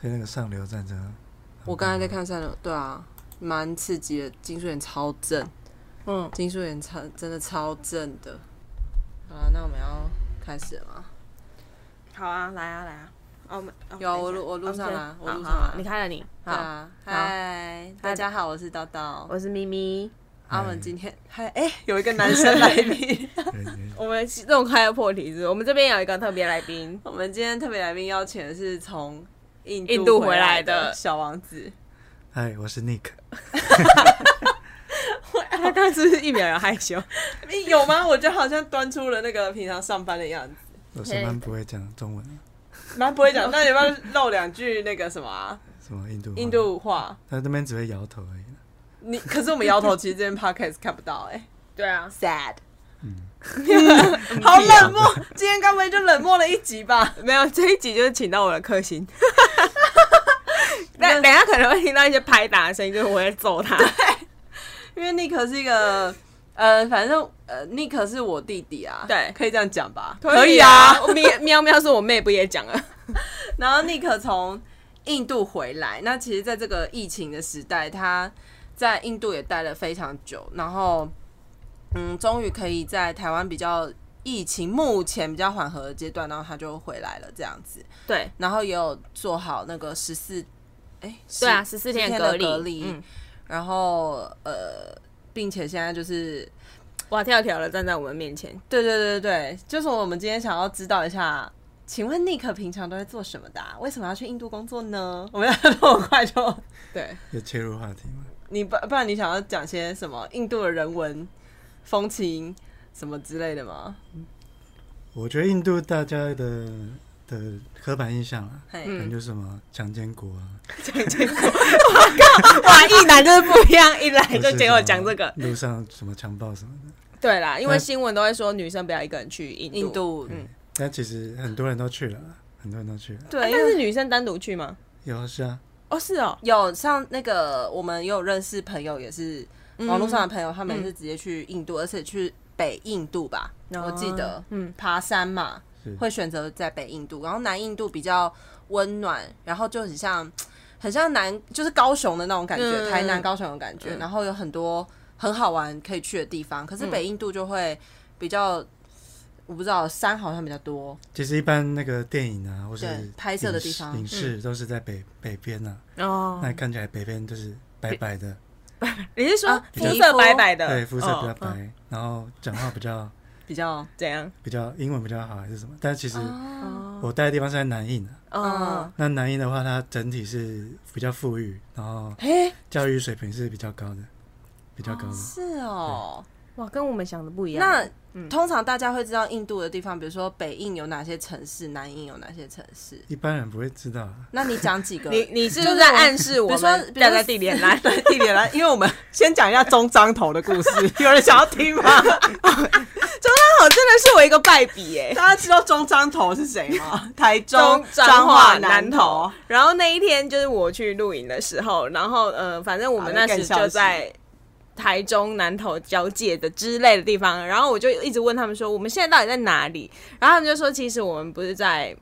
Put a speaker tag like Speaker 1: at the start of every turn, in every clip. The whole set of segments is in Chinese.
Speaker 1: 所以那个上流战争，
Speaker 2: 我刚才在看三流，对啊，蛮刺激的。金素妍超正，
Speaker 3: 嗯，
Speaker 2: 金素妍超真的超正的。好了，那我们要开始了吗？
Speaker 3: 好啊，来啊，来啊。哦，没哦
Speaker 2: 有啊我
Speaker 3: 等一下
Speaker 2: 录我录上啦
Speaker 3: OK，
Speaker 2: 我录
Speaker 3: 好
Speaker 2: 上啦
Speaker 3: 好你开了你。
Speaker 2: 对
Speaker 3: 好，
Speaker 2: 啊，嗨，大家好，我是叨叨。
Speaker 3: 我是咪咪。
Speaker 2: 阿文今天还哎、有一个男生来宾，
Speaker 1: 对对
Speaker 3: 我们这种开要破题是不是，我们这边有一个特别来宾，
Speaker 2: 我们今天特别来宾邀请的是从印
Speaker 3: 印度
Speaker 2: 回
Speaker 3: 回来
Speaker 2: 的
Speaker 3: 的
Speaker 2: 小王子。
Speaker 1: 嗨，哎我是 Nick，
Speaker 3: 他刚是一秒有害羞，
Speaker 2: 你哎有吗？我就好像端出了那个平常上班的样子，
Speaker 1: 我是蛮不会讲中文的，
Speaker 2: 蛮不会讲。那你要不要露两句那个什么、啊、
Speaker 1: 什么印度话
Speaker 2: 印，度话？
Speaker 1: 他那边只会摇头而已。
Speaker 2: 你可是我们摇头，其实这边 podcast 看不到哎、
Speaker 3: 对啊，
Speaker 2: sad，
Speaker 1: 嗯，
Speaker 2: 好冷漠。今天该不会就冷漠了一集 吧？
Speaker 3: 没有这一集就是请到我的克星，但等一下可能会听到一些拍打的声音，就是我在 揍他。
Speaker 2: 因为 Nick 是一个呃，反正呃，Nick 是我弟弟啊，
Speaker 3: 对
Speaker 2: 可以这样讲吧？
Speaker 3: 啊，我喵喵喵是我妹不也讲了？
Speaker 2: 然后 Nick 从印度回来，那其实在这个疫情的时代，他在印度也待了非常久，然后嗯，终于可以在台湾比较疫情目前比较缓和的阶段，然后他就回来了这样子，
Speaker 3: 对
Speaker 2: 然后也有做好那个十四哎
Speaker 3: 对啊，十四
Speaker 2: 天
Speaker 3: 天
Speaker 2: 的
Speaker 3: 隔
Speaker 2: 隔
Speaker 3: 离，
Speaker 2: 离
Speaker 3: 嗯，
Speaker 2: 然后呃，并且现在就是
Speaker 3: 哇跳跳的站在我们面前，
Speaker 2: 对对对对对，就是我们今天想要知道一下，请问 Nick 平常都在做什么的啊、为什么要去印度工作呢？我们要这么快就
Speaker 3: 对，
Speaker 1: 有切入话题吗？
Speaker 2: 你不不然你想要讲些什么印度的人文风情什么之类的吗？
Speaker 1: 我觉得印度大家的的刻板印象啊，
Speaker 2: 嘿
Speaker 1: 可能
Speaker 3: 嗯
Speaker 1: 就是什么强奸国啊，
Speaker 3: 哇一男就是不一样，一来
Speaker 1: 或
Speaker 3: 就是结
Speaker 1: 什
Speaker 3: 果
Speaker 1: 么
Speaker 3: 讲这个。
Speaker 1: 路上什么强暴什么的。
Speaker 3: 对啦，因为
Speaker 1: 那
Speaker 3: 新闻都会说女生不要一个人去印度，
Speaker 2: 印度
Speaker 3: 嗯，
Speaker 1: 但其实很多人都去了啦，很多人都去了。
Speaker 3: 啊
Speaker 2: 对，因
Speaker 3: 但
Speaker 2: 为
Speaker 3: 是女生单独去吗？
Speaker 1: 有啊是啊，
Speaker 3: 哦，是哦，
Speaker 2: 有像那个我们也有认识朋友，也是
Speaker 3: 嗯
Speaker 2: 网络上的朋友，他们也是直接去印度，而且去北印度吧，我记得，
Speaker 3: 嗯，
Speaker 2: 爬山嘛，
Speaker 1: 是
Speaker 2: 会选择在北印度，然后南印度比较温暖，然后就很像很像南就是高雄的那种感觉，
Speaker 3: 嗯
Speaker 2: 台南高雄的感觉，
Speaker 3: 嗯
Speaker 2: 然后有很多很好玩可以去的地方。可是北印度就会比较，我不知道山好像比较多，
Speaker 1: 其实一般那个电影啊，或是
Speaker 2: 对拍摄的地
Speaker 1: 影视
Speaker 2: 方
Speaker 1: 影视都是在北北边啊，
Speaker 3: 哦，
Speaker 1: 那看起来北边就是白白的，
Speaker 3: 你是说
Speaker 2: 啊
Speaker 3: 肤色白白的，
Speaker 1: 对，肤色比较
Speaker 3: 哦嗯
Speaker 1: 白，然后讲话比较
Speaker 2: 比较
Speaker 3: 怎样？
Speaker 1: 比较英文比较好还是什么？但其实
Speaker 2: 哦
Speaker 1: 我待的地方是在南印啊，
Speaker 3: 哦，
Speaker 1: 那南印的话，它整体是比较富裕，然后
Speaker 3: 嘿，
Speaker 1: 教育水平是比较高的，比较高的。
Speaker 2: 是哦。
Speaker 3: 哇，跟我们想的不一样。
Speaker 2: 那、
Speaker 3: 嗯
Speaker 2: 通常大家会知道印度的地方，比如说北印有哪些城市，南印有哪些城市？
Speaker 1: 一般人不会知道啊，
Speaker 2: 那你讲几个？
Speaker 3: 你你是不是在暗示我
Speaker 2: 比如说
Speaker 3: 们掉在地点来？
Speaker 2: 对， 地点来，因为我们先讲一下中章头的故事， 有人想要听 吗？
Speaker 3: 哦，真的是我一个败笔耶。
Speaker 2: 大家知道中章头是谁吗？ 台中
Speaker 3: 彰
Speaker 2: 化
Speaker 3: 化南
Speaker 2: 投
Speaker 3: 投，，然后那一天就是我去露营的时候，然后呃，反正我们那时就在台中南投交界的之类的地方，然后我就一直问他们说，我们现在到底在哪里？然后他们就说，其实我们不是在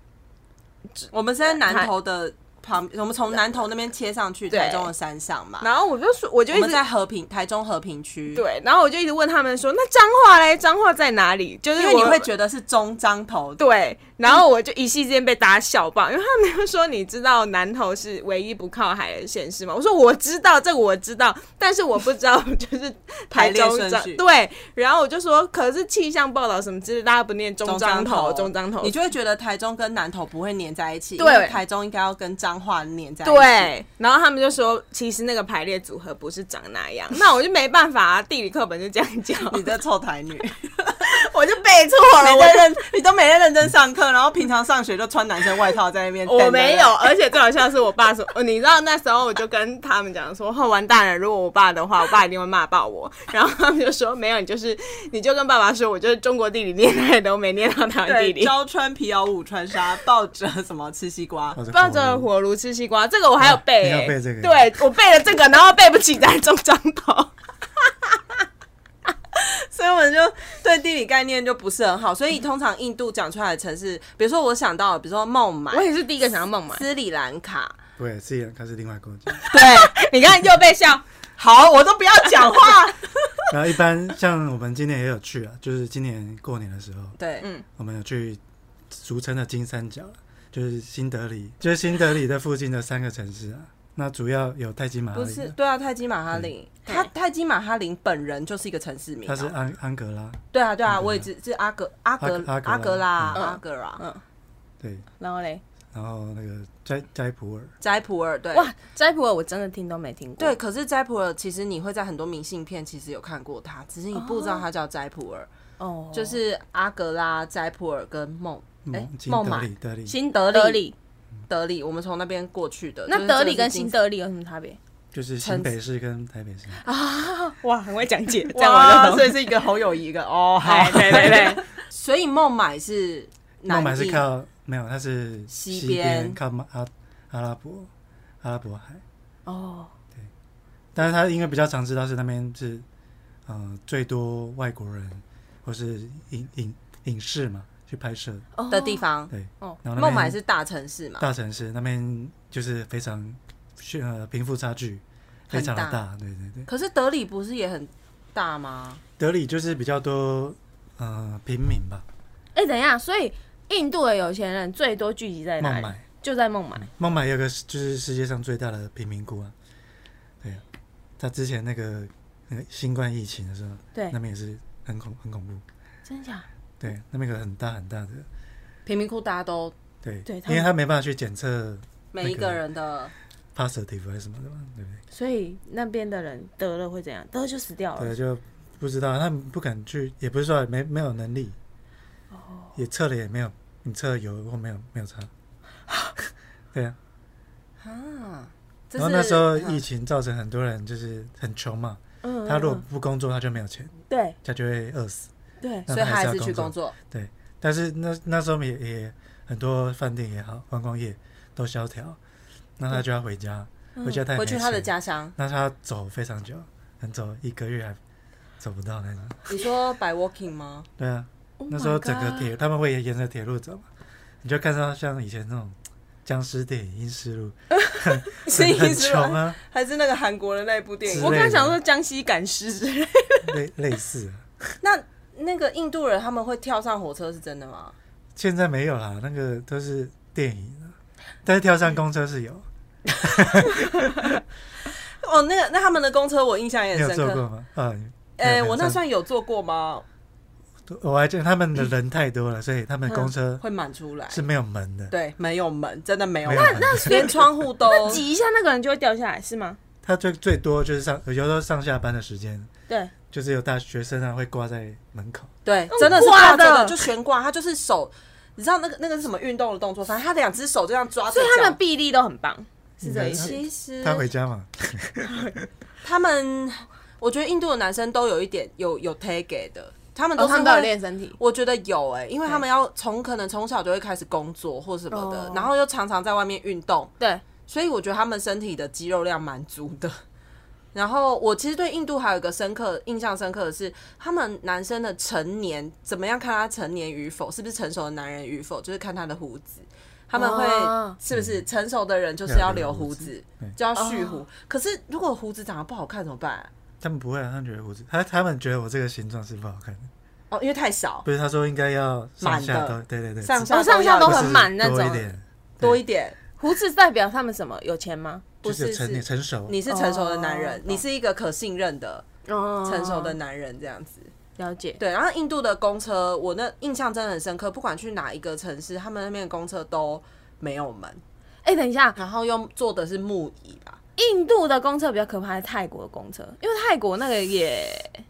Speaker 2: 我们是在南投的旁，我们从南投那边切上去
Speaker 3: 对
Speaker 2: 台中的山上嘛。
Speaker 3: 然后我就说，我就
Speaker 2: 啊我
Speaker 3: 一
Speaker 2: 们
Speaker 3: 直
Speaker 2: 在和平台中和平区，，
Speaker 3: 对，然后我就一直问他们说，那彰化嘞？彰化在哪里？就是
Speaker 2: 因为你
Speaker 3: 我
Speaker 2: 会觉得是中章头，
Speaker 3: 对，然后我就一夕之间被大家笑爆，因为他们就说你知道南投是唯一不靠海的县市吗？我说我知道，这个我知道，但是我不知道就是
Speaker 2: 排
Speaker 3: 台
Speaker 2: 列
Speaker 3: 中
Speaker 2: 顺
Speaker 3: 彰
Speaker 2: 序
Speaker 3: 对，然后我就说可是气象报道什么之类，大家不念中彰
Speaker 2: 彰
Speaker 3: 头，中彰头，
Speaker 2: 你就会觉得台中跟南投不会粘在一起，
Speaker 3: 对
Speaker 2: 因为台中应该要跟彰化粘在一起。，
Speaker 3: 对，然后他们就说其实那个排列组合不是长那样，那我就没办法啊，地理课本就这样教，
Speaker 2: 你这臭台 女。
Speaker 3: 我就背错了，
Speaker 2: 没
Speaker 3: 我
Speaker 2: 在认，你都没在认真上课，然后平常上学就穿男生外套在那边。
Speaker 3: 我没有，，而且最好笑的是我爸说，呃你知道那时候我就跟他们讲说，哦，完蛋了，如果我爸的话，我爸一定会骂爆我。然后他们就说，没有，你就是你就跟爸爸说，我就是中国地理念太多，没念到台湾地
Speaker 2: 对，
Speaker 3: 理。
Speaker 2: 朝穿皮袄午穿纱，抱着什么吃西瓜。
Speaker 1: 或者
Speaker 3: 抱着
Speaker 1: 火
Speaker 3: 火炉吃西瓜，这个我还有背、
Speaker 1: 啊你
Speaker 3: 欸，
Speaker 1: 要背这个
Speaker 3: 对我背了这个，然后背不起在中张头，
Speaker 2: 所以根本就对地理概念就不是很好，所以通常印度讲出来的城市，比如说我想到，比如说孟买
Speaker 3: 我、也是第一个想到孟买。
Speaker 2: 斯里兰卡，
Speaker 1: 不对，斯里兰卡是另外一个国家。
Speaker 3: 对， 你看又被笑。好，我都不要讲话。
Speaker 1: 然后一般像我们今年也有去啊，就是今年过年的时候，
Speaker 2: 对，
Speaker 3: 嗯
Speaker 1: 我们有去俗称的金三角啊，就是新德里，就是新德里的附近的三个城市啊。那主要有泰姬玛哈
Speaker 2: 不
Speaker 1: 里
Speaker 2: 是
Speaker 1: 的，
Speaker 2: 对啊，泰姬玛哈林，
Speaker 3: 嗯
Speaker 2: 他泰姬玛哈林本人就是一个城市名
Speaker 1: 它是
Speaker 2: 啊，
Speaker 1: 安安格拉，
Speaker 2: 对啊，对啊，我也知是阿格阿格
Speaker 1: 阿格
Speaker 2: 阿格拉
Speaker 3: 嗯
Speaker 2: 阿格拉，
Speaker 3: 嗯，
Speaker 1: 对，
Speaker 3: 然后嘞，
Speaker 1: 然后那个斋斋普尔，
Speaker 2: 斋普尔，对，
Speaker 3: 哇，斋普尔我真的听都没听过。
Speaker 2: 对，，可是斋普尔其实你会在很多明信片其实有看过它，只是你不知道它叫斋普尔，
Speaker 3: 哦，
Speaker 2: 就。是阿格拉、斋普尔跟孟哎
Speaker 1: 嗯，金
Speaker 2: 孟
Speaker 1: 德
Speaker 2: 买
Speaker 1: 里德里，
Speaker 3: 新德里，
Speaker 2: 德里，我们从那边过去的。就
Speaker 3: 那
Speaker 2: 是
Speaker 3: 德
Speaker 2: 这
Speaker 3: 里
Speaker 2: 是
Speaker 3: 跟
Speaker 2: 金
Speaker 3: 新德里有什么差别？
Speaker 1: 就是
Speaker 2: 城
Speaker 1: 新北市跟台北市。
Speaker 3: 哇，很会讲解，这
Speaker 4: 哇，所以是一个侯友谊一个哦，好，
Speaker 3: 哎，对对对，
Speaker 2: 所以孟买是南
Speaker 1: 孟买是
Speaker 2: 印
Speaker 1: 靠没有，它是
Speaker 2: 西边
Speaker 1: 边靠马阿阿拉伯阿拉伯海，
Speaker 3: 哦，
Speaker 1: 但是它因为比较常知道是那边是呃最多外国人或是影影影视嘛去拍摄，
Speaker 3: 哦
Speaker 2: 的地，方，
Speaker 1: 对，
Speaker 3: 哦
Speaker 1: 然后那边
Speaker 2: 孟买是大城市嘛，
Speaker 1: 大城市，那边就是非常呃贫富差距非常的
Speaker 2: 很
Speaker 1: 大，对对对，
Speaker 2: 可是德里不是也很大吗？
Speaker 1: 德里就是比较多呃平民吧，
Speaker 3: 哎，等一下，所以印度的有钱人最多聚集在哪
Speaker 1: 孟
Speaker 3: 里？
Speaker 1: 买
Speaker 3: 就在孟买。
Speaker 1: 孟买有个就是世界上最大的贫民窟啊，对啊，他之前那个那个新冠疫情的时候。
Speaker 3: 对
Speaker 1: 那，边也是很恐很恐怖。
Speaker 3: 真假？
Speaker 1: 对，那边有个很大很大的，
Speaker 2: 贫民窟大家都
Speaker 1: 对，
Speaker 3: 对他
Speaker 1: 因为
Speaker 3: 们
Speaker 1: 他没办法去检测
Speaker 2: 每一个人的
Speaker 1: positive 还是什么的嘛，对不对？
Speaker 3: 所以那边的人得了会怎样？得了就死掉了
Speaker 1: 对，。就不知道，他们不敢去，也不是说没没有能力，
Speaker 3: 哦
Speaker 1: 也测了也没有，你测了有或没有没有 差。对啊，
Speaker 2: 啊，这
Speaker 1: 然后那时候
Speaker 2: 是
Speaker 1: 疫情造成很多人就是很穷嘛，
Speaker 3: 嗯，
Speaker 1: 他如果
Speaker 3: 嗯
Speaker 1: 不工作他就没有钱，
Speaker 3: 嗯对
Speaker 1: 他就会饿死。
Speaker 3: 对，
Speaker 1: 那
Speaker 2: 所以他还
Speaker 1: 是
Speaker 2: 是
Speaker 1: 要
Speaker 2: 去工作，
Speaker 1: 但是那那时候也也很多饭店也好，观光业都萧条，那他就要回家，回家他也
Speaker 2: 嗯回
Speaker 1: 没
Speaker 2: 去他的
Speaker 1: 钱
Speaker 2: 家乡。
Speaker 1: 那他走非常久，能走一个月还走不到那种。
Speaker 2: 你说 by walking 吗？
Speaker 1: 对啊，
Speaker 3: Oh
Speaker 1: 那时候
Speaker 3: my
Speaker 1: 整个
Speaker 3: God
Speaker 1: 铁他们会沿着铁路走嘛，你就看到像以前那种僵尸电影《阴尸路》
Speaker 2: 是
Speaker 1: 很，
Speaker 2: 意
Speaker 1: 很
Speaker 2: 思
Speaker 1: 穷
Speaker 2: 吗？
Speaker 1: 啊，
Speaker 2: 还是那个韩国的那一部电
Speaker 1: 之
Speaker 2: 影？
Speaker 1: 类
Speaker 3: 我
Speaker 1: 的
Speaker 3: 刚想说江西赶尸之类，
Speaker 1: 类类似啊。
Speaker 2: 那那个印度人他们会跳上火车是真的吗？
Speaker 1: 现在没有啦，那个都是电影啊，但是跳上公车是有，
Speaker 2: 哦，那个那他们的公车我印象也
Speaker 1: 你
Speaker 2: 很
Speaker 1: 有坐
Speaker 2: 深刻
Speaker 1: 过。吗？啊，你没
Speaker 2: 哎，
Speaker 1: 有没有
Speaker 2: 我那
Speaker 1: 上
Speaker 2: 算有坐过吗？
Speaker 1: 我还记得他们的人太多了，所以他们的公车
Speaker 2: 会满出来，
Speaker 1: 是没有门的，
Speaker 2: 对，没有门，真的没有
Speaker 1: 没有
Speaker 2: 门，
Speaker 1: 门。
Speaker 2: 连窗户都
Speaker 3: 挤一下那个人就会掉下来，是吗？
Speaker 1: 他最最多就是上，有时候上下班的时间，
Speaker 3: 对，
Speaker 1: 就是有大学生啊会挂在门口。
Speaker 2: 对
Speaker 3: 用，
Speaker 2: 真的是挂
Speaker 3: 挂
Speaker 2: 这个
Speaker 3: 的
Speaker 2: 就悬挂，他就是手，你知道那个那个是什么运动的动作？反正他两只手就这样抓着
Speaker 3: 所以他们
Speaker 2: 脚。
Speaker 3: 臂力都很棒，是这个意思。
Speaker 2: 其实
Speaker 1: 他回家嘛，
Speaker 2: 他们，我觉得印度的男生都有一点有有 take 给的，他们都
Speaker 3: 哦，
Speaker 2: 是
Speaker 3: 他们都有
Speaker 2: 会
Speaker 3: 练身体。
Speaker 2: 我觉得有哎、因为他们要从可能从小就会开始工作或什么的，
Speaker 3: 哦
Speaker 2: 然后又常常在外面运动，
Speaker 3: 对，
Speaker 2: 所以我觉得他们身体的肌肉量蛮足的。然后我其实对印度还有一个深刻印象深刻的是，他们男生的成年怎么样看他成年与否，是不是成熟的男人与否，就是看他的胡子。他们
Speaker 3: 哦
Speaker 2: 会是不是成熟的人就是要留胡子
Speaker 1: 要留胡子，
Speaker 2: 就要蓄
Speaker 3: 哦
Speaker 2: 胡。可是如果胡子长得不好看怎么办啊、
Speaker 1: 他们不会、啊，他们觉得胡子，他他们觉得我这个形状是不好看的。
Speaker 2: 哦，因为太少，
Speaker 1: 不是，他说应该要上下
Speaker 2: 满
Speaker 1: 都
Speaker 2: 的，
Speaker 1: 对对对，
Speaker 2: 上
Speaker 1: 只
Speaker 2: 下
Speaker 3: 哦上下
Speaker 2: 要
Speaker 3: 都
Speaker 1: 不
Speaker 2: 有
Speaker 1: 是
Speaker 3: 很满那
Speaker 1: 多一
Speaker 3: 种
Speaker 1: 点，
Speaker 2: 多一点。
Speaker 3: 胡子代表他们什么？有钱吗？
Speaker 2: 不
Speaker 1: 就是是成
Speaker 2: 是
Speaker 1: 年成熟，
Speaker 2: 你是成熟的男人
Speaker 3: 哦，
Speaker 2: 你是一个可信任的
Speaker 3: 哦
Speaker 2: 成熟的男人这样子。
Speaker 3: 了解。
Speaker 2: 对，然后印度的公车，我那印象真的很深刻，不管去哪一个城市，他们那边的公车都没有门，
Speaker 3: 哎、等一下，
Speaker 2: 然后又坐的是木椅吧。
Speaker 3: 印度的公车比较可怕，还是泰国的公车？因为泰国那个也，
Speaker 2: 哎、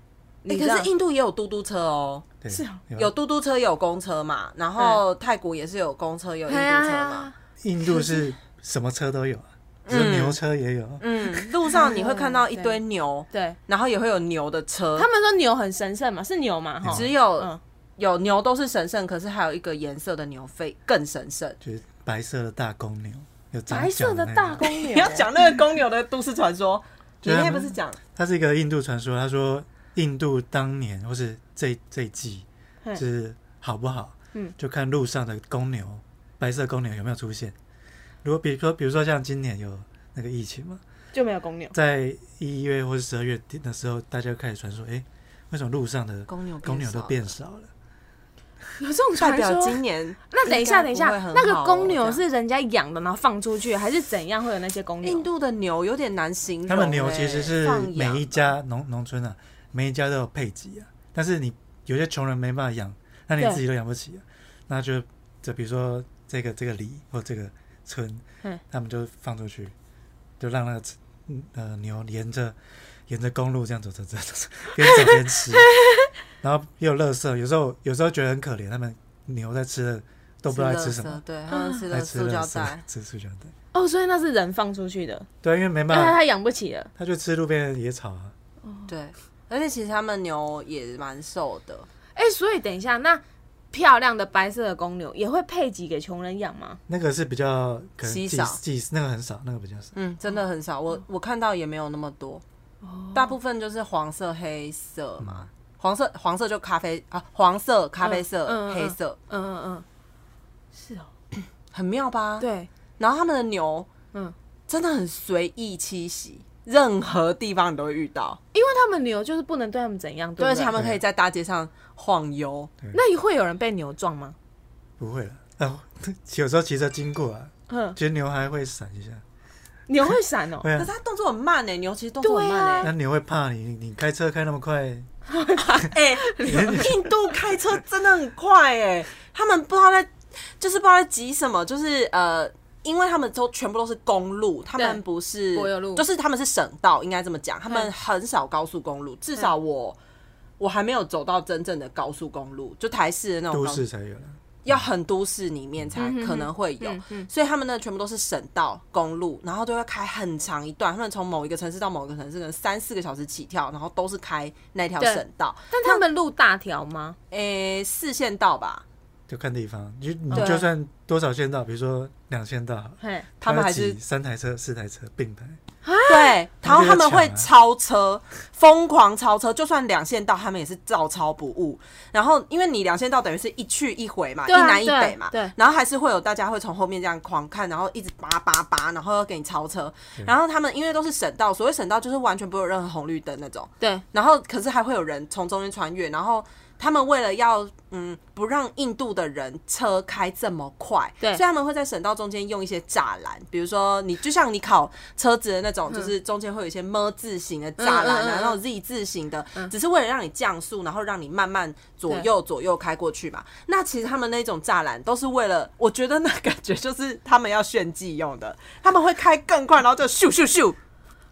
Speaker 3: 你知道
Speaker 2: 可是印度也有嘟嘟车哦，
Speaker 1: 对
Speaker 3: 是啊
Speaker 2: 有嘟嘟车，也有公车嘛，然后泰国也是有公车，有印度
Speaker 3: 哎呀
Speaker 2: 车
Speaker 3: 哎
Speaker 2: 嘛
Speaker 3: 呀。
Speaker 1: 印度 是什么车都有啊，只是牛车也有啊，
Speaker 2: 嗯，路上你会看到一堆牛，
Speaker 3: 对，
Speaker 2: 然后也会有牛的车
Speaker 3: 他。们说牛很神圣嘛，是牛嘛？哈，
Speaker 2: 只有
Speaker 3: 嗯
Speaker 2: 有牛都是神圣，可是还有一个颜色的牛肺更神圣。
Speaker 1: 就是白色的大公牛，有长
Speaker 3: 白色
Speaker 1: 角
Speaker 3: 的
Speaker 1: 那
Speaker 3: 大
Speaker 1: 种，
Speaker 3: 公牛，
Speaker 2: 你要讲那个公牛的都市传说，你
Speaker 1: 对啊
Speaker 2: 那天不是讲
Speaker 1: 它是一个印度传说。他说印度当年或是这这一季
Speaker 3: 嘿
Speaker 1: 就是好不好，
Speaker 3: 嗯，
Speaker 1: 就看路上的公牛，白色公牛有没有出现。如果比如说比如说像今年有那个疫情嘛，
Speaker 3: 就没有公牛。
Speaker 1: 在一月或是十二月底的时候，大家就开始传说，哎、为什么路上的
Speaker 2: 公牛
Speaker 1: 公牛都
Speaker 2: 少
Speaker 1: 变
Speaker 2: 了
Speaker 1: 少了？
Speaker 3: 有这种
Speaker 4: 代
Speaker 3: 传
Speaker 4: 表
Speaker 3: 说？
Speaker 4: 今年
Speaker 3: 那等一下，等一下
Speaker 2: 应该不会，很
Speaker 3: 那个
Speaker 2: 好哦
Speaker 3: 公牛
Speaker 2: 这
Speaker 3: 是人家养的，然后放出去，还是怎样会有那些公牛？
Speaker 2: 印度的牛有点难形容、
Speaker 1: 他们牛其实是
Speaker 2: 哎放
Speaker 1: 每
Speaker 2: 养
Speaker 1: 一家农农村啊，每一家都有配给啊，但是你有些穷人没办法养，那你
Speaker 3: 对
Speaker 1: 自己都养不起啊，那就就比如说这个这个里或这个村
Speaker 3: 嗯，
Speaker 1: 他们就放出去，就让那个嗯呃牛沿着沿着公路这样走走走走，边走边 吃，然后也有垃圾，有时候有时候觉得很可怜，他们牛在吃的都不知道在吃什
Speaker 2: 垃圾
Speaker 1: 么，
Speaker 2: 对，他们吃
Speaker 1: 在
Speaker 2: 的
Speaker 1: 吃
Speaker 2: 塑胶
Speaker 1: 垃圾
Speaker 2: 袋，，
Speaker 1: 吃塑胶袋，
Speaker 3: 哦，所以那是人放出去的，
Speaker 1: 对，啊因为没
Speaker 3: 因为
Speaker 1: 办
Speaker 3: 他
Speaker 1: 法，
Speaker 3: 他养不起了。
Speaker 1: 他就吃路边的野草啊。
Speaker 2: 对。而且其实他们牛也蛮瘦的，
Speaker 3: 哎、所以等一下，那漂亮的白色的公牛也会配给给穷人养吗？
Speaker 1: 那个是比较可能
Speaker 2: 稀
Speaker 1: 几
Speaker 2: 少
Speaker 1: 几那个很少，那个比较少。
Speaker 2: 嗯，哦真的很少。我我看到也没有那么多，大部分就是黄色、黑色嘛，
Speaker 1: 嗯
Speaker 2: 黄色黄色就咖啡啊，黄色、咖啡色、
Speaker 3: 嗯嗯嗯
Speaker 2: 黑色，
Speaker 3: 嗯嗯嗯，是哦，
Speaker 2: 很妙吧？。
Speaker 3: 对，
Speaker 2: 然后他们的牛，
Speaker 3: 嗯
Speaker 2: 嗯，真的很随意栖息，任何地方你都会遇到，
Speaker 3: 因为他们牛就是不能对他们怎样，对
Speaker 2: 而
Speaker 3: 不
Speaker 2: 且
Speaker 3: 对？
Speaker 2: 他们可以在大街上晃悠。
Speaker 3: 那会有人被牛撞吗？
Speaker 1: 不会了。啊， 有时候骑车经过啊，
Speaker 2: 嗯
Speaker 3: 哼，
Speaker 1: 其实牛还会闪一下。
Speaker 3: 牛会闪 嗯哦、
Speaker 1: 会
Speaker 2: 可是
Speaker 1: 啊，
Speaker 2: 它动作很慢呢、牛其实动作很慢欸呢、
Speaker 1: 那牛会怕你，你开车开那么快，
Speaker 2: 哎、印度开车真的很快哎、他们不知道在，就是不知道在急什么，就是呃，因为他们都全部都是公路，他
Speaker 3: 对
Speaker 2: 们不是
Speaker 3: 柏油路
Speaker 2: 就是他们是省道，应该这么讲，他
Speaker 3: 嗯
Speaker 2: 们很少高速公路，至少我。我还没有走到真正的高速公路，就台式的那种
Speaker 1: 都
Speaker 2: 高速
Speaker 1: 市才有了。
Speaker 2: 要很都市里面才可能会有，
Speaker 3: 嗯嗯
Speaker 2: 所以他们呢全部都是省道公路，然后都要开很长一段，他们从某一个城市到某一个城市，可能三四个小时起跳，然后都是开那条
Speaker 3: 对
Speaker 2: 省道，
Speaker 3: 但他们路大条吗？
Speaker 2: 诶、四线道吧，
Speaker 1: 就看地方，你你
Speaker 2: 对
Speaker 1: 就算多少线道，比如说两线道好了，
Speaker 3: 嘿，
Speaker 2: 他
Speaker 1: 它
Speaker 2: 们还
Speaker 1: 会
Speaker 2: 是
Speaker 1: 挤三台车、四台车并排，
Speaker 3: 啊
Speaker 2: 对，然后他们会
Speaker 1: 那就要抢啊
Speaker 2: 超车，疯狂超车，就算两线道，他们也是照超不误。然后，因为你两线道等于是一去一回嘛，一
Speaker 3: 对啊
Speaker 2: 南一北嘛，
Speaker 3: 对对
Speaker 2: 然后还是会有大家会从后面这样狂看，然后一直叭叭叭，然后要给你超车。然后他们因为都是省道，所谓省道就是完全不会有任何红绿灯那种。
Speaker 3: 对，
Speaker 2: 然后可是还会有人从中间穿越，然后他们为了要嗯不让印度的人车开这么快，
Speaker 3: 对
Speaker 2: 所以他们会在省道中间用一些栅栏，比如说你就像你考车子的那种，就是中间会有一些么字形的栅栏
Speaker 3: 嗯嗯嗯
Speaker 2: 啊，
Speaker 3: 嗯
Speaker 2: 然后 Z 字形的，只是为了让你降速，然后让你慢慢左
Speaker 3: 对
Speaker 2: 右左右开过去嘛。那其实他们那种栅栏都是为了，我觉得那感觉就是他们要炫技用的，他们会开更快，然后就咻咻咻。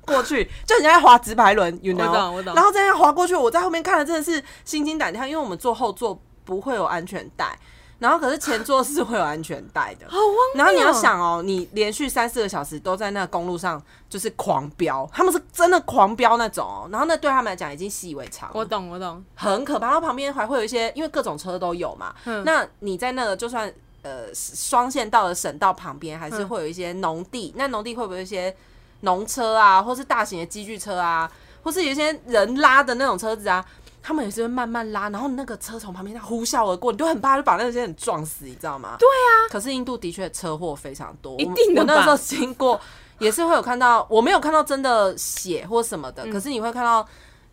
Speaker 2: 过去，就人家在滑直排轮，you know，
Speaker 3: 我懂我懂
Speaker 2: 然后在那滑过去，我在后面看了真的是心惊胆跳，因为我们坐后座不会有安全带，然后可是前座是会有安全带 的。
Speaker 3: 好荒
Speaker 2: 然后你要，想哦，你连续三四个小时都在那个公路上就是狂飙，他们是真的狂飙那种哦。然后那对他们来讲已经习以为常了，
Speaker 3: 我懂我懂，
Speaker 2: 很可怕。然后旁边还会有一些，因为各种车都有嘛。
Speaker 3: 嗯
Speaker 2: 那你在那个就算呃双线道的省道旁边，还是
Speaker 3: 嗯
Speaker 2: 会有一些农地。那农地会不会有一些农车啊，或是大型的机具车啊，或是有一些人拉的那种车子啊？他们也是会慢慢拉，然后那个车从旁边这样呼啸而过，你就很怕就把那些人撞死，你知道吗？对啊。可是印度的确车祸非常多，
Speaker 3: 一
Speaker 2: 我
Speaker 3: 定的
Speaker 2: 我那
Speaker 3: 吧
Speaker 2: 时候经过也是会有看到，我没有看到真的血或什么的，
Speaker 3: 嗯
Speaker 2: 可是你会看到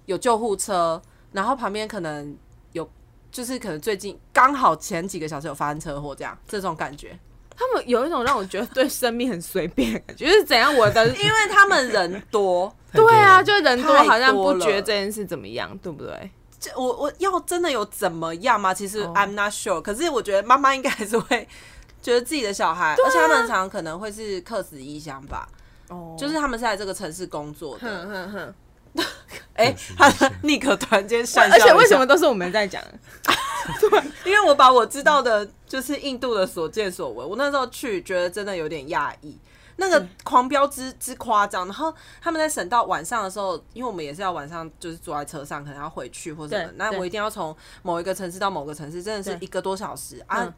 Speaker 2: 有救护车，然后旁边可能有，就是可能最近刚好前几个小时有发生车祸，这样这种感觉，
Speaker 3: 他们有一种让我觉得对生命很随便的感觉， 就是怎样我的，
Speaker 2: 因为他们人多，
Speaker 1: 太多
Speaker 3: 对啊，
Speaker 1: 了
Speaker 3: 就人多
Speaker 2: 太
Speaker 3: 好像
Speaker 2: 多
Speaker 3: 不觉得
Speaker 2: 了
Speaker 3: 这件事怎么样，对不对？
Speaker 2: 这我我要真的有怎么样吗？其实
Speaker 3: 哦
Speaker 2: I'm not sure，、可是我觉得妈妈应该还是会觉得自己的小孩，
Speaker 3: 啊
Speaker 2: 而且他们常可能会是客死异乡吧，
Speaker 3: 哦
Speaker 2: 就是他们是在这个城市工作的。
Speaker 3: 哼哼哼。
Speaker 2: 哎、
Speaker 1: 客死异
Speaker 2: 他
Speaker 1: 乡
Speaker 2: 立刻突然间闪，
Speaker 3: 而且为什么？都是我们在讲？啊
Speaker 2: 因为我把我知道的，就是印度的所见所闻，我那时候去觉得真的有点讶异，那
Speaker 3: 嗯
Speaker 2: 个狂飙之之夸张。然后他们在省到晚上的时候，因为我们也是要晚上就是坐在车上，可能要回去或什么
Speaker 3: 对，
Speaker 2: 那
Speaker 3: 对
Speaker 2: 我一定要从某一个城市到某个城市，真的是
Speaker 3: 对
Speaker 2: 一个多小时啊
Speaker 3: 嗯。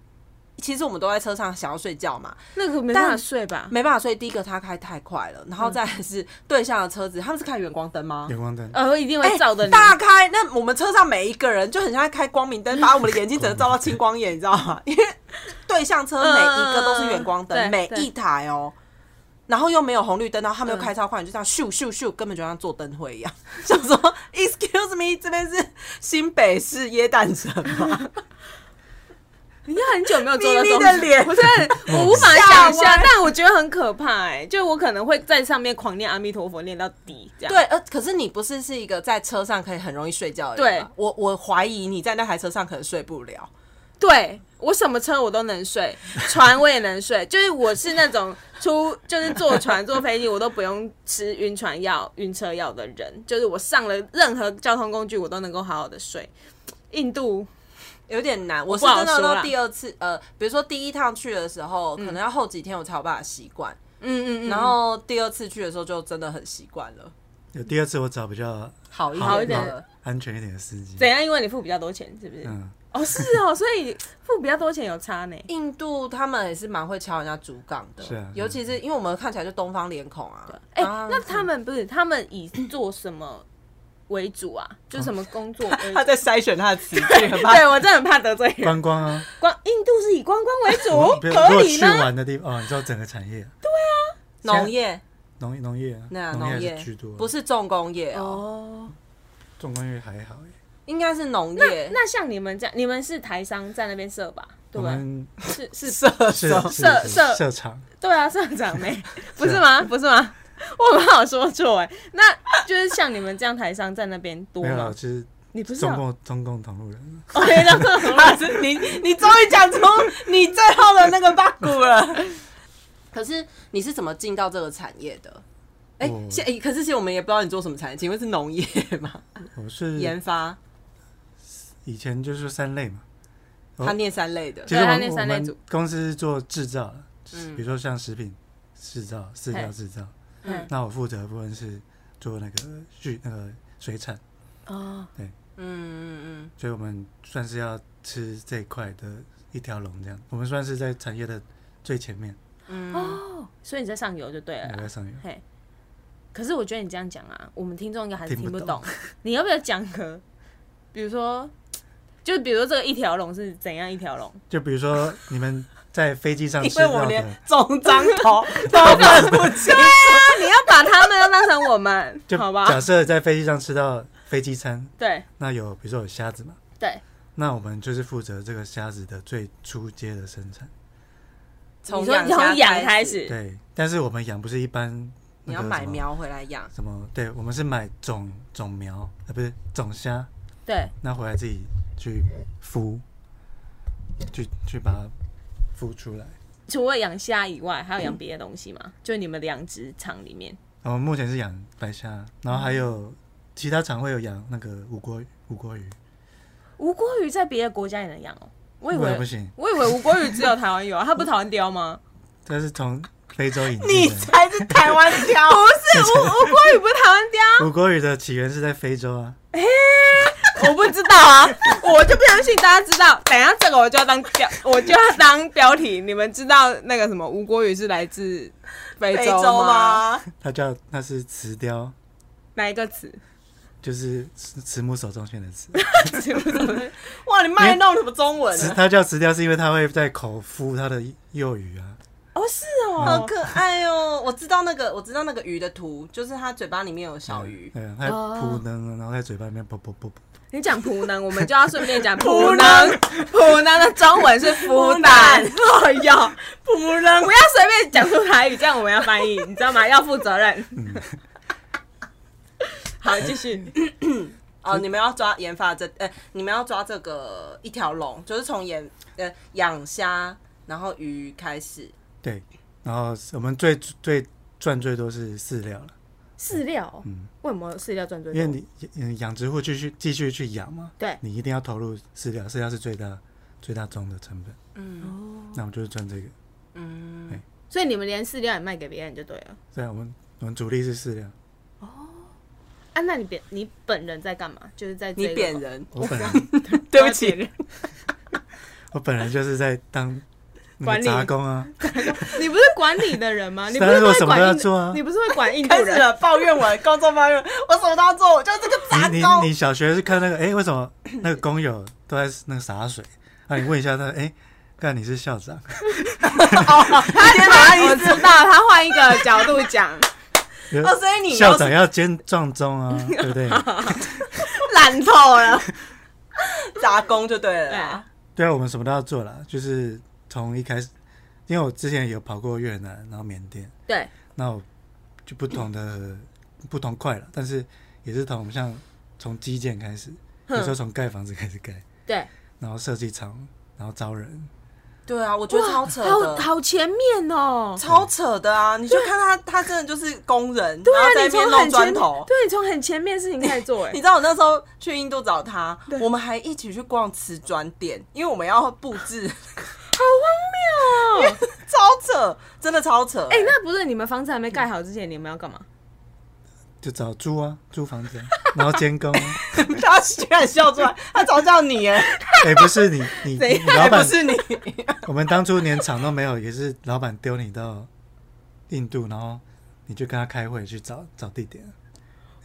Speaker 2: 其实我们都在车上想要睡觉嘛，
Speaker 3: 那个没办法睡吧？
Speaker 2: 没办法，所以第一个他开太快了，
Speaker 3: 嗯
Speaker 2: 然后再来是对向的车子，他们是开远光灯吗？
Speaker 1: 远光灯，
Speaker 3: 呃，一定会照的你。
Speaker 2: 哎大开，那我们车上每一个人就很像在开光明灯，把我们的眼睛整个照到青光眼，你知道吗？因为对向车每一个都是远光灯，
Speaker 3: 嗯
Speaker 2: 每
Speaker 3: 对对
Speaker 2: 一台哦、然后又没有红绿灯，然后他们又开超快，你就这样咻咻咻，根本就像坐灯会一 样。想说，Excuse me，这边是新北市耶诞城吗？
Speaker 3: 你应该很久没有做到
Speaker 2: 咪
Speaker 3: 这
Speaker 2: 咪
Speaker 3: 种
Speaker 2: 的脸啊
Speaker 3: 我真的我无法
Speaker 2: 吓
Speaker 3: 想象
Speaker 2: 歪，
Speaker 3: 但我觉得很可怕哎、就我可能会在上面狂念阿弥陀佛，念到底这 样。
Speaker 2: 对，呃，可是你不是是一个在车上可以很容易睡觉的人吗
Speaker 3: 对
Speaker 2: 我我怀疑你在那台车上可能睡不了。
Speaker 3: 对我什么车我都能睡， 船我也能睡，就是我是那种出就是坐船坐飞机我都不用吃晕船药、晕车药的人，就是我上了任何交通工具我都能够好好的睡。印度
Speaker 2: 有点难，我是
Speaker 3: 不好
Speaker 2: 真的
Speaker 3: 说
Speaker 2: 到
Speaker 3: 啦
Speaker 2: 第二次，呃，比如说第一趟去的时候，可能要后几天我才有办法习惯，
Speaker 3: 嗯嗯嗯，
Speaker 2: 然后第二次去的时候就真的很习惯了，
Speaker 1: 有第二次我找比较
Speaker 2: 好一
Speaker 3: 好一
Speaker 2: 点
Speaker 3: 点
Speaker 2: 了。
Speaker 1: 安全一点的司机。
Speaker 3: 怎样？因为你付比较多钱，是不是？
Speaker 1: 嗯，
Speaker 3: 哦，是哦，所以付比较多钱有差呢。
Speaker 2: 印度他们也是蛮会敲人家竹杠的，
Speaker 1: 是啊
Speaker 2: 尤其是因为我们看起来就东方脸孔啊。
Speaker 3: 哎、
Speaker 2: 啊
Speaker 3: 那他们不是他们以做什么为主啊？就什么工作 为主？
Speaker 4: 他在筛选他的词句，很怕
Speaker 3: 对我真的很怕得罪人。
Speaker 1: 观光啊，
Speaker 3: 光印度是以观光为
Speaker 1: 我
Speaker 3: 主，
Speaker 1: 比如如
Speaker 3: 哦合
Speaker 1: 果
Speaker 3: 理
Speaker 1: 去
Speaker 3: 吗？
Speaker 1: 玩的地方，哦，你知道整个产业，
Speaker 2: 农业
Speaker 1: 农农业啊，
Speaker 2: 那
Speaker 1: 农
Speaker 2: 业
Speaker 1: 是居多，
Speaker 2: 不是重工业哦，
Speaker 3: 哦，
Speaker 1: 重工业还好耶。
Speaker 2: 应该是农
Speaker 3: 那
Speaker 2: 业。
Speaker 3: 那像你们这样，你们是台商在那边设吧？
Speaker 1: 我
Speaker 3: 对吧？
Speaker 1: 们
Speaker 3: 是是，
Speaker 4: 射
Speaker 1: 是
Speaker 4: 手。
Speaker 1: 是
Speaker 3: 社
Speaker 1: 是
Speaker 3: 社
Speaker 1: 社场，
Speaker 3: 对啊，社长 没，不是
Speaker 1: 啊
Speaker 3: 吗？不是吗？我没有说错哎、那就是像你们这样台商在那边多
Speaker 1: 没有啦，
Speaker 3: 吗
Speaker 1: 我？是
Speaker 3: 你不是啊
Speaker 1: 中共中共同路人，
Speaker 3: 哦，对的，
Speaker 2: 你你终于讲出你最后的那个 bug 了。可是你是怎么进到这个产业的？哎、
Speaker 1: 我
Speaker 2: 现、哎，可是其实我们也不知道你做什么产业，请问是农业吗？
Speaker 1: 我是
Speaker 2: 研发，
Speaker 1: 以前就是三类嘛。哦
Speaker 2: 他念三类的。
Speaker 1: 其实我
Speaker 3: 他
Speaker 1: 们
Speaker 3: 那
Speaker 1: 我
Speaker 3: 三类
Speaker 1: 们
Speaker 3: 组
Speaker 1: 公司是做制造的，就是
Speaker 2: 嗯
Speaker 1: 比如说像食品制造、饲料制造，
Speaker 3: 嗯
Speaker 1: 那我负责的部分是做那个畜那个水产，
Speaker 3: 哦，
Speaker 2: 嗯嗯
Speaker 1: 所以我们算是要吃这一块的一条龙这样，我们算是在产业的最前面，
Speaker 2: 嗯嗯，
Speaker 3: 哦，所以你在上游就对啊了
Speaker 1: 我
Speaker 3: 啦。
Speaker 1: 在上游。
Speaker 3: 嘿，可是我觉得你这样讲啊，我们听众应该还是
Speaker 1: 听
Speaker 3: 听
Speaker 1: 不
Speaker 3: 不懂。
Speaker 1: 懂
Speaker 3: 你要不要讲个，比如说，就比如说这个一条龙是怎样一条龙？
Speaker 1: 就比如说你们在飞机 上
Speaker 2: 因
Speaker 1: 吃
Speaker 2: 为
Speaker 1: 到
Speaker 2: 我们连
Speaker 1: 的，
Speaker 2: 总章头都分不清。
Speaker 3: 那 你要把他们要当成我们，
Speaker 1: 就
Speaker 3: 好吧
Speaker 1: 假？设在飞机上吃到飞机餐，
Speaker 3: 对
Speaker 1: 那有比如说有虾子嘛，
Speaker 3: 对，
Speaker 1: 那我们就是负责这个虾子的最初阶的生产。
Speaker 2: 从
Speaker 3: 你说从
Speaker 2: 养
Speaker 3: 养
Speaker 2: 开
Speaker 3: 开
Speaker 2: 始，
Speaker 3: 始，
Speaker 1: 对，但是我们养不是一般那
Speaker 2: 你要
Speaker 1: 个
Speaker 2: 买
Speaker 1: 什么
Speaker 2: 苗回来养。
Speaker 1: 什么？对，我们是买种种苗，呃，不是种虾，
Speaker 3: 对，
Speaker 1: 那回来自己去孵，去去把它孵出来。
Speaker 3: 除了养虾以外，还有养别的东西吗？就你们养殖场里面，
Speaker 1: 我们目前是养白虾，然后还有其他场会有养那个五锅五锅鱼，
Speaker 3: 无锅鱼在别的国家也能养哦。我以
Speaker 1: 我也
Speaker 3: 为
Speaker 1: 不行，
Speaker 3: 我以为无锅鱼只有台湾有啊，它不是台湾雕吗？
Speaker 1: 这是从非洲引
Speaker 2: 你
Speaker 1: 进的。
Speaker 2: 才是台湾挑，
Speaker 3: 不是无无锅鱼不是台湾雕，
Speaker 1: 五锅鱼的起源是在非洲啊，
Speaker 3: 我不知道啊，我就不相信大家知道。等一下这个我就要当标，我就要当标题。你们知道那个什么吴国语是来自非
Speaker 2: 非
Speaker 3: 洲
Speaker 2: 洲吗？
Speaker 1: 它叫它是瓷雕，
Speaker 3: 哪一个词？
Speaker 1: 就是慈慈母手中线的 慈。
Speaker 3: 是不是
Speaker 2: 哇，你卖弄什么中文
Speaker 1: 慈
Speaker 2: 啊？
Speaker 1: 它叫瓷雕是因为它会在口孵它的幼鱼啊，
Speaker 3: 哦，是
Speaker 2: 好
Speaker 3: 哦，
Speaker 2: 可爱哦！我知道那个，我知道那个鱼的图，就是它嘴巴里面有小鱼。
Speaker 1: 对啊，它
Speaker 3: 哦
Speaker 1: 扑棱了，然后在嘴巴里面啵啵啵啵。
Speaker 3: 你讲普能，我们就要顺便讲普能。普能的中文是孵蛋， 哎呦，普能不要随便讲出台语，这样我们要翻译，你知道吗？要负责任。好，继续。
Speaker 2: 哦，你们要抓研发这，呃，你们要抓这个一条龙，就是从研呃养虾，然后鱼开始。
Speaker 1: 对，然后我们最最赚最多是饲料了，
Speaker 3: 饲料，
Speaker 1: 嗯
Speaker 3: 为什么饲料赚最
Speaker 1: 因为你嗯养殖户继续继续去养嘛，
Speaker 3: 对
Speaker 1: 你一定要投入饲料，饲料是最大最大宗的成本，
Speaker 2: 嗯
Speaker 1: 那我们就是赚这个。
Speaker 2: 嗯，
Speaker 3: 所以你们连饲料也卖给别人就对了。
Speaker 1: 对啊，我们我们主力是饲料，
Speaker 3: 啊，那你本你本人在干嘛？就是在、
Speaker 2: 你 扁，人，
Speaker 1: 我本人
Speaker 2: 对不起，
Speaker 3: 人
Speaker 1: 我本人就是在当那
Speaker 3: 管
Speaker 1: 个
Speaker 3: 理
Speaker 1: 杂工啊，
Speaker 3: 你不是管理的人 吗？你不
Speaker 1: 但
Speaker 3: 是
Speaker 1: 是我
Speaker 3: 会
Speaker 1: 什么
Speaker 3: 管
Speaker 1: 都要
Speaker 3: 印
Speaker 1: 做啊
Speaker 3: 你不是会管印度
Speaker 2: 开始
Speaker 3: 人？
Speaker 2: 了抱怨我的哎工作抱怨，我什么都要做，我就是个杂
Speaker 1: 你你
Speaker 2: 工
Speaker 1: 你。小学是看那个，哎、为什么那个工友都在那个洒水？那、你问一下他，哎、看你是校长，
Speaker 3: 他他我知道，他换一个角度讲，
Speaker 5: 哦，所以你
Speaker 1: 校
Speaker 5: 要
Speaker 1: 长
Speaker 5: 是
Speaker 1: 要兼撞 钟啊，对不对？
Speaker 3: 烂透了。
Speaker 2: 杂工就对了
Speaker 3: 对
Speaker 2: 啦
Speaker 3: 啊。，
Speaker 1: 对啊，我们什么都要做啦，就是从一开始，因为我之前有跑过越南，然后缅甸，
Speaker 5: 对，
Speaker 1: 那我就不同的不同块了，但是也是从像从基建开始，有时候从盖房子开始盖，
Speaker 5: 对，
Speaker 1: 然后设计厂，然后招人，
Speaker 5: 对啊，我觉得超扯
Speaker 3: 好
Speaker 5: 的，
Speaker 3: 好前面哦。
Speaker 2: 超扯的啊！你就看他，他真的就是工人，
Speaker 3: 对
Speaker 2: 然
Speaker 3: 啊
Speaker 2: 后，在那边
Speaker 3: 你从
Speaker 2: 弄
Speaker 3: 很
Speaker 2: 砖
Speaker 3: 前，
Speaker 2: 头。
Speaker 3: 对你从很前面事情开始做，哎
Speaker 2: 你，知道我那时候去印度找他，我们还一起去逛瓷砖店，因为我们要布 置，
Speaker 3: 好荒 谬哦。
Speaker 2: 超扯，真的超扯。
Speaker 3: 哎，那不是你们房子还没盖好之前，你们要干嘛？
Speaker 1: 就找租啊，租房子啊、然后监工啊、
Speaker 2: 他居然笑出来，他嘲笑你耶，
Speaker 1: 哎、不是你你
Speaker 3: 怎
Speaker 1: 你
Speaker 3: 样
Speaker 1: 老
Speaker 2: 不
Speaker 1: 板，
Speaker 2: 是你，
Speaker 1: 我们当初连厂都没有，也是老板丢你到印度，然后你就跟他开会去找找地点。嗯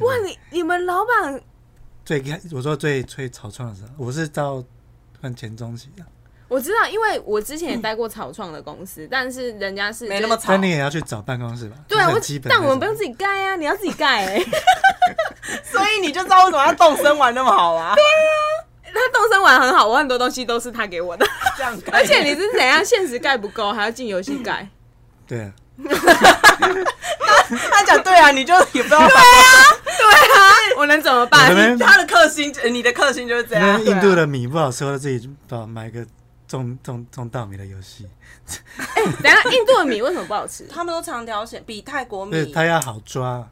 Speaker 3: 哇，你你们老板
Speaker 1: 最开我说最最草创的时候，我是到算前中期啊的，
Speaker 3: 我知道，因为我之前也待过草创的公司，但是人家是
Speaker 2: 没那么
Speaker 3: 就是
Speaker 2: 吵
Speaker 1: 但。你也要去找办公室吧？
Speaker 3: 对
Speaker 1: 这
Speaker 3: 啊，
Speaker 1: 是
Speaker 3: 我
Speaker 1: 很基本的那
Speaker 3: 但
Speaker 1: 种，
Speaker 3: 我们不用自己盖啊，你要自己盖、欸。
Speaker 2: 所以你就知道为什么他动身玩那么好啊？
Speaker 3: 他动身玩很好，我很多东西都是他给我的，
Speaker 2: 这样看，
Speaker 3: 啊 而且你是怎样现实盖不够，还要进游戏盖。
Speaker 1: 对啊，
Speaker 2: 他讲对啊，你就也不知道反
Speaker 3: 对啊，
Speaker 2: 嗯
Speaker 3: 我能怎么办
Speaker 1: 我？那边
Speaker 2: 他的克星，呃你的克星就是这
Speaker 1: 那
Speaker 3: 啊
Speaker 2: 样。
Speaker 1: 边印度的米不好吃，我就自己把买个种种种稻米的游戏，
Speaker 3: 等一下印度的米为什么不好吃？
Speaker 2: 啊
Speaker 1: 嗯
Speaker 5: 他们都长条形，比泰国
Speaker 1: 对，
Speaker 5: 米，
Speaker 1: 它要好抓，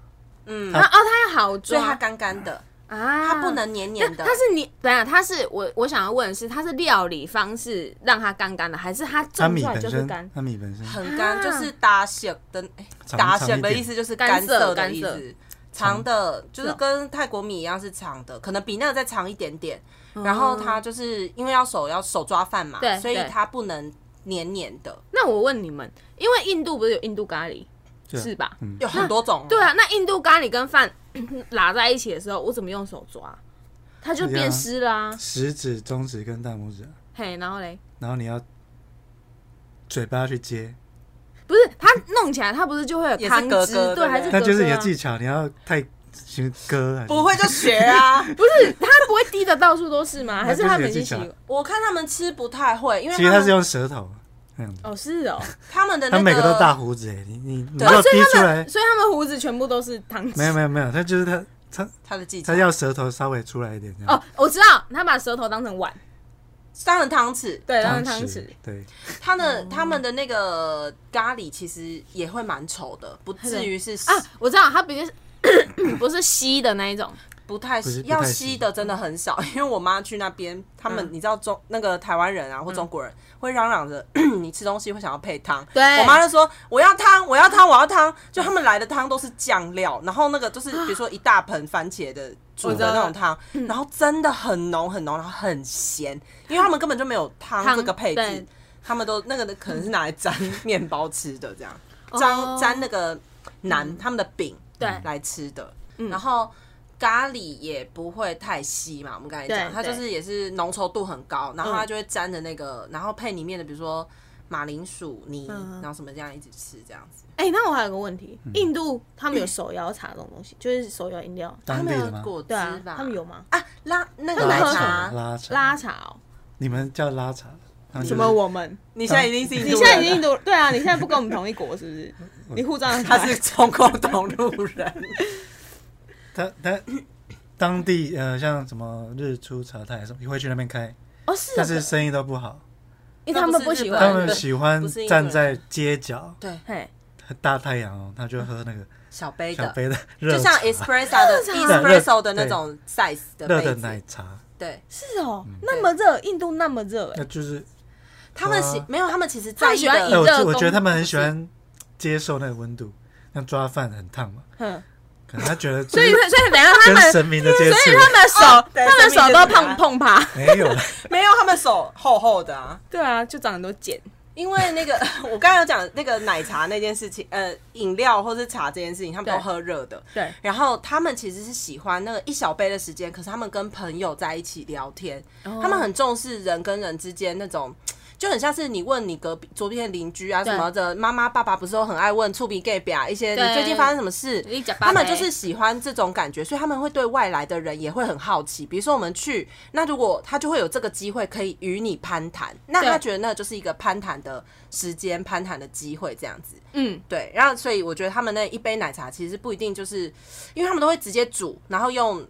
Speaker 5: 嗯，
Speaker 3: 啊哦，它要好
Speaker 5: 所以它
Speaker 3: 抓
Speaker 5: 干干的，
Speaker 3: 啊，
Speaker 5: 它不。能黏
Speaker 3: 那
Speaker 5: 黏的，
Speaker 3: 它是你等一下，它是我我想要问的是，它是料理方式让它干干的，还是它
Speaker 1: 它
Speaker 3: 种
Speaker 1: 米
Speaker 3: 出来
Speaker 1: 本
Speaker 3: 就是
Speaker 1: 身
Speaker 3: 干，？
Speaker 1: 它米本身
Speaker 2: 很干，
Speaker 3: 啊
Speaker 2: 就是搭血的，哎
Speaker 1: 长
Speaker 2: 搭
Speaker 1: 长
Speaker 2: 血
Speaker 1: 一
Speaker 2: 的
Speaker 1: 点
Speaker 2: 意思就是
Speaker 3: 干
Speaker 2: 干
Speaker 3: 涩
Speaker 2: 涩的
Speaker 3: 干
Speaker 2: 意
Speaker 3: 涩
Speaker 2: 思，长的，就是
Speaker 3: 是哦
Speaker 2: 跟泰国米一样是长的，可能比那个再长一点点。然后它就是因为要手要手抓饭嘛
Speaker 3: 嗯对，
Speaker 2: 所以
Speaker 3: 对
Speaker 2: 它不能黏黏的，
Speaker 3: 那我问你们，因为印度不是有印度咖喱
Speaker 1: 对啊
Speaker 3: 是吧？
Speaker 1: 嗯，
Speaker 2: 有很多种。
Speaker 3: 对啊，那印度咖喱跟饭拉在一起的时候，我怎么用手抓？它就变湿啦、
Speaker 1: 食指、中指跟大拇指啊，
Speaker 3: 嘿，然后嘞，
Speaker 1: 然后你要嘴巴去接，
Speaker 3: 不是它弄起来，它不是就会有
Speaker 2: 也是
Speaker 3: 汤汁？
Speaker 2: 格格对
Speaker 3: 对，
Speaker 2: 不
Speaker 3: 还
Speaker 2: 对
Speaker 3: 是格格、
Speaker 1: 那
Speaker 3: 啊、
Speaker 1: 就是你的技巧，你要太行割还是
Speaker 2: 不会就学啊！
Speaker 3: 不是它不会滴的到处都是 吗？还是它们已经习
Speaker 1: 那就是你的技
Speaker 2: 我看他们吃不太会，因为
Speaker 1: 其实
Speaker 2: 他
Speaker 1: 它是
Speaker 2: 们
Speaker 1: 用舌头那样子，
Speaker 3: 哦，是哦，
Speaker 2: 他们的那
Speaker 1: 它
Speaker 2: 个
Speaker 1: 每个都大胡子哎，你你你
Speaker 2: 对
Speaker 1: 要逼出来，
Speaker 3: 所以他们胡子全部都是汤汁。
Speaker 1: 没有没有没有，它就是它它
Speaker 2: 他的技巧
Speaker 1: 它，要舌头稍微出来一点这样，
Speaker 3: 哦，我知道，他把舌头当成碗，
Speaker 2: 当然汤匙，
Speaker 3: 对，当
Speaker 1: 汤
Speaker 3: 成汤匙
Speaker 1: 匙，对，
Speaker 2: 他
Speaker 3: 哦
Speaker 2: 的他们的那个咖喱其实也会蛮稠的，不至于是
Speaker 3: 啊。我知道，它不是不是 稀的那一种，
Speaker 2: 不太
Speaker 1: 不是不太
Speaker 2: 要
Speaker 1: 稀
Speaker 2: 吸的真的很少， 因为我妈去那边，他们
Speaker 3: 嗯
Speaker 2: 你知道中那个台湾人啊或中国人会嚷嚷着 你吃东西会想要配汤，
Speaker 3: 对
Speaker 2: 我妈就说我要汤，我要汤，我要汤，就他们来的汤都是酱料，然后那个就是比如说一大盆番茄的煮
Speaker 3: 啊我知道嗯
Speaker 2: 的那种汤，然后真的很浓很浓，然后很咸，因为他们根本就没有汤
Speaker 3: 汤
Speaker 2: 这个配置
Speaker 3: 对，
Speaker 2: 他们都那个可能是拿来沾面包吃的这样，
Speaker 3: 哦嗯
Speaker 2: 沾沾那个馕他们的饼
Speaker 3: 对
Speaker 2: 来吃的，
Speaker 3: 嗯
Speaker 2: 然后。咖喱也不会太稀嘛，我们刚才讲，
Speaker 3: 对
Speaker 2: 它就是也是浓稠度很高，然后
Speaker 3: 嗯
Speaker 2: 它就会沾着那个，然后配里面的比如说马铃薯泥，
Speaker 3: 嗯
Speaker 2: 然后什么这样一起吃这样子。
Speaker 3: 哎、那我还有个问题，
Speaker 1: 嗯
Speaker 3: 印度他们有手摇茶这种东西， 就是手摇饮料，
Speaker 1: 当地
Speaker 2: 他
Speaker 1: 的
Speaker 2: 们有
Speaker 1: 吗？
Speaker 2: 果汁
Speaker 3: 对啊，
Speaker 2: 吧？
Speaker 3: 他们有吗？
Speaker 2: 啊，拉那个
Speaker 3: 他们
Speaker 2: 奶
Speaker 3: 喝
Speaker 2: 茶。
Speaker 1: 拉茶，
Speaker 3: 拉茶哦，
Speaker 1: 你们叫拉茶，他们就是
Speaker 3: 什么？我们？
Speaker 2: 你
Speaker 1: 现在
Speaker 2: 一定是
Speaker 3: 你现在已 经印度 对啊，你现在不跟我们同一国是不 是？你护照
Speaker 2: 他是中国同路人，
Speaker 1: 他他当地呃，像什么日出茶太什么，会去那边开，
Speaker 3: 哦是哦，
Speaker 1: 但是生意都不好，
Speaker 3: 因为他们不喜
Speaker 1: 他
Speaker 2: 那
Speaker 3: 欢
Speaker 2: 不
Speaker 1: 们
Speaker 2: 是日本
Speaker 1: 喜欢
Speaker 2: 不是印度人
Speaker 1: 站在街角，
Speaker 3: 嘿
Speaker 1: 大太阳哦，他就喝那个
Speaker 2: 小杯
Speaker 1: 小
Speaker 2: 的，
Speaker 1: 杯的热
Speaker 2: 就像
Speaker 1: 茶
Speaker 2: espresso 的
Speaker 1: 热
Speaker 2: espresso 的那种 size 的
Speaker 1: 热
Speaker 2: 杯
Speaker 1: 的
Speaker 2: 子，
Speaker 1: 奶茶，
Speaker 2: 对
Speaker 3: 是哦，
Speaker 1: 嗯
Speaker 3: 那么热，印度那么热哎
Speaker 1: 那，就是
Speaker 2: 他们喜
Speaker 1: 啊
Speaker 2: 没有，他们其实
Speaker 3: 他
Speaker 2: 在
Speaker 3: 们
Speaker 2: 意
Speaker 3: 喜欢
Speaker 1: 哎，
Speaker 2: 的
Speaker 3: 饮
Speaker 1: 我
Speaker 3: 热
Speaker 1: 觉我
Speaker 3: 功
Speaker 1: 觉得他们
Speaker 3: 不
Speaker 1: 很
Speaker 3: 是
Speaker 1: 喜欢接受那个温度，像抓饭很烫嘛，
Speaker 3: 哼，
Speaker 1: 可能他觉得
Speaker 3: 所
Speaker 1: 这
Speaker 3: 以
Speaker 1: 是
Speaker 3: 所以等一下他
Speaker 1: 跟
Speaker 3: 们，
Speaker 1: 神明的接
Speaker 3: 所以他
Speaker 1: 触
Speaker 3: 们手
Speaker 2: 哦对
Speaker 3: 他们手
Speaker 2: 生命
Speaker 3: 都
Speaker 2: 就是这样
Speaker 3: 碰碰趴，
Speaker 1: 没有了，
Speaker 2: 没有，他们手厚厚的啊，
Speaker 3: 对啊，就长很多茧，
Speaker 2: 因为那个 我刚才有讲那个奶茶那件事情，呃，饮料或是茶这件事情，他们都
Speaker 6: 对
Speaker 2: 喝热的。
Speaker 6: 对，
Speaker 2: 然后他们其实是喜欢那个一小杯的时间，可是他们跟朋友在一起聊天，
Speaker 3: 哦
Speaker 6: 哦
Speaker 2: 他们很重视人跟人之间那种。就很像是你问你隔壁左边的邻居啊
Speaker 6: 对
Speaker 2: 什么的，妈妈爸爸不是都很爱问触鼻 gay 表一些
Speaker 6: 对
Speaker 2: 你最近发生什么事，
Speaker 6: 你讲吧
Speaker 2: 他们就是喜欢这种感觉，所以他们会对外来的人也会很好奇。比如说我们去，那如果他就会有这个机会可以与你攀谈，那他
Speaker 6: 对
Speaker 2: 觉得那就是一个攀谈的时间、攀谈的机会这样子。
Speaker 3: 嗯，
Speaker 2: 对，然后所以我觉得他们那一杯奶茶其实不一定就是，因为他们都会直接煮，然后用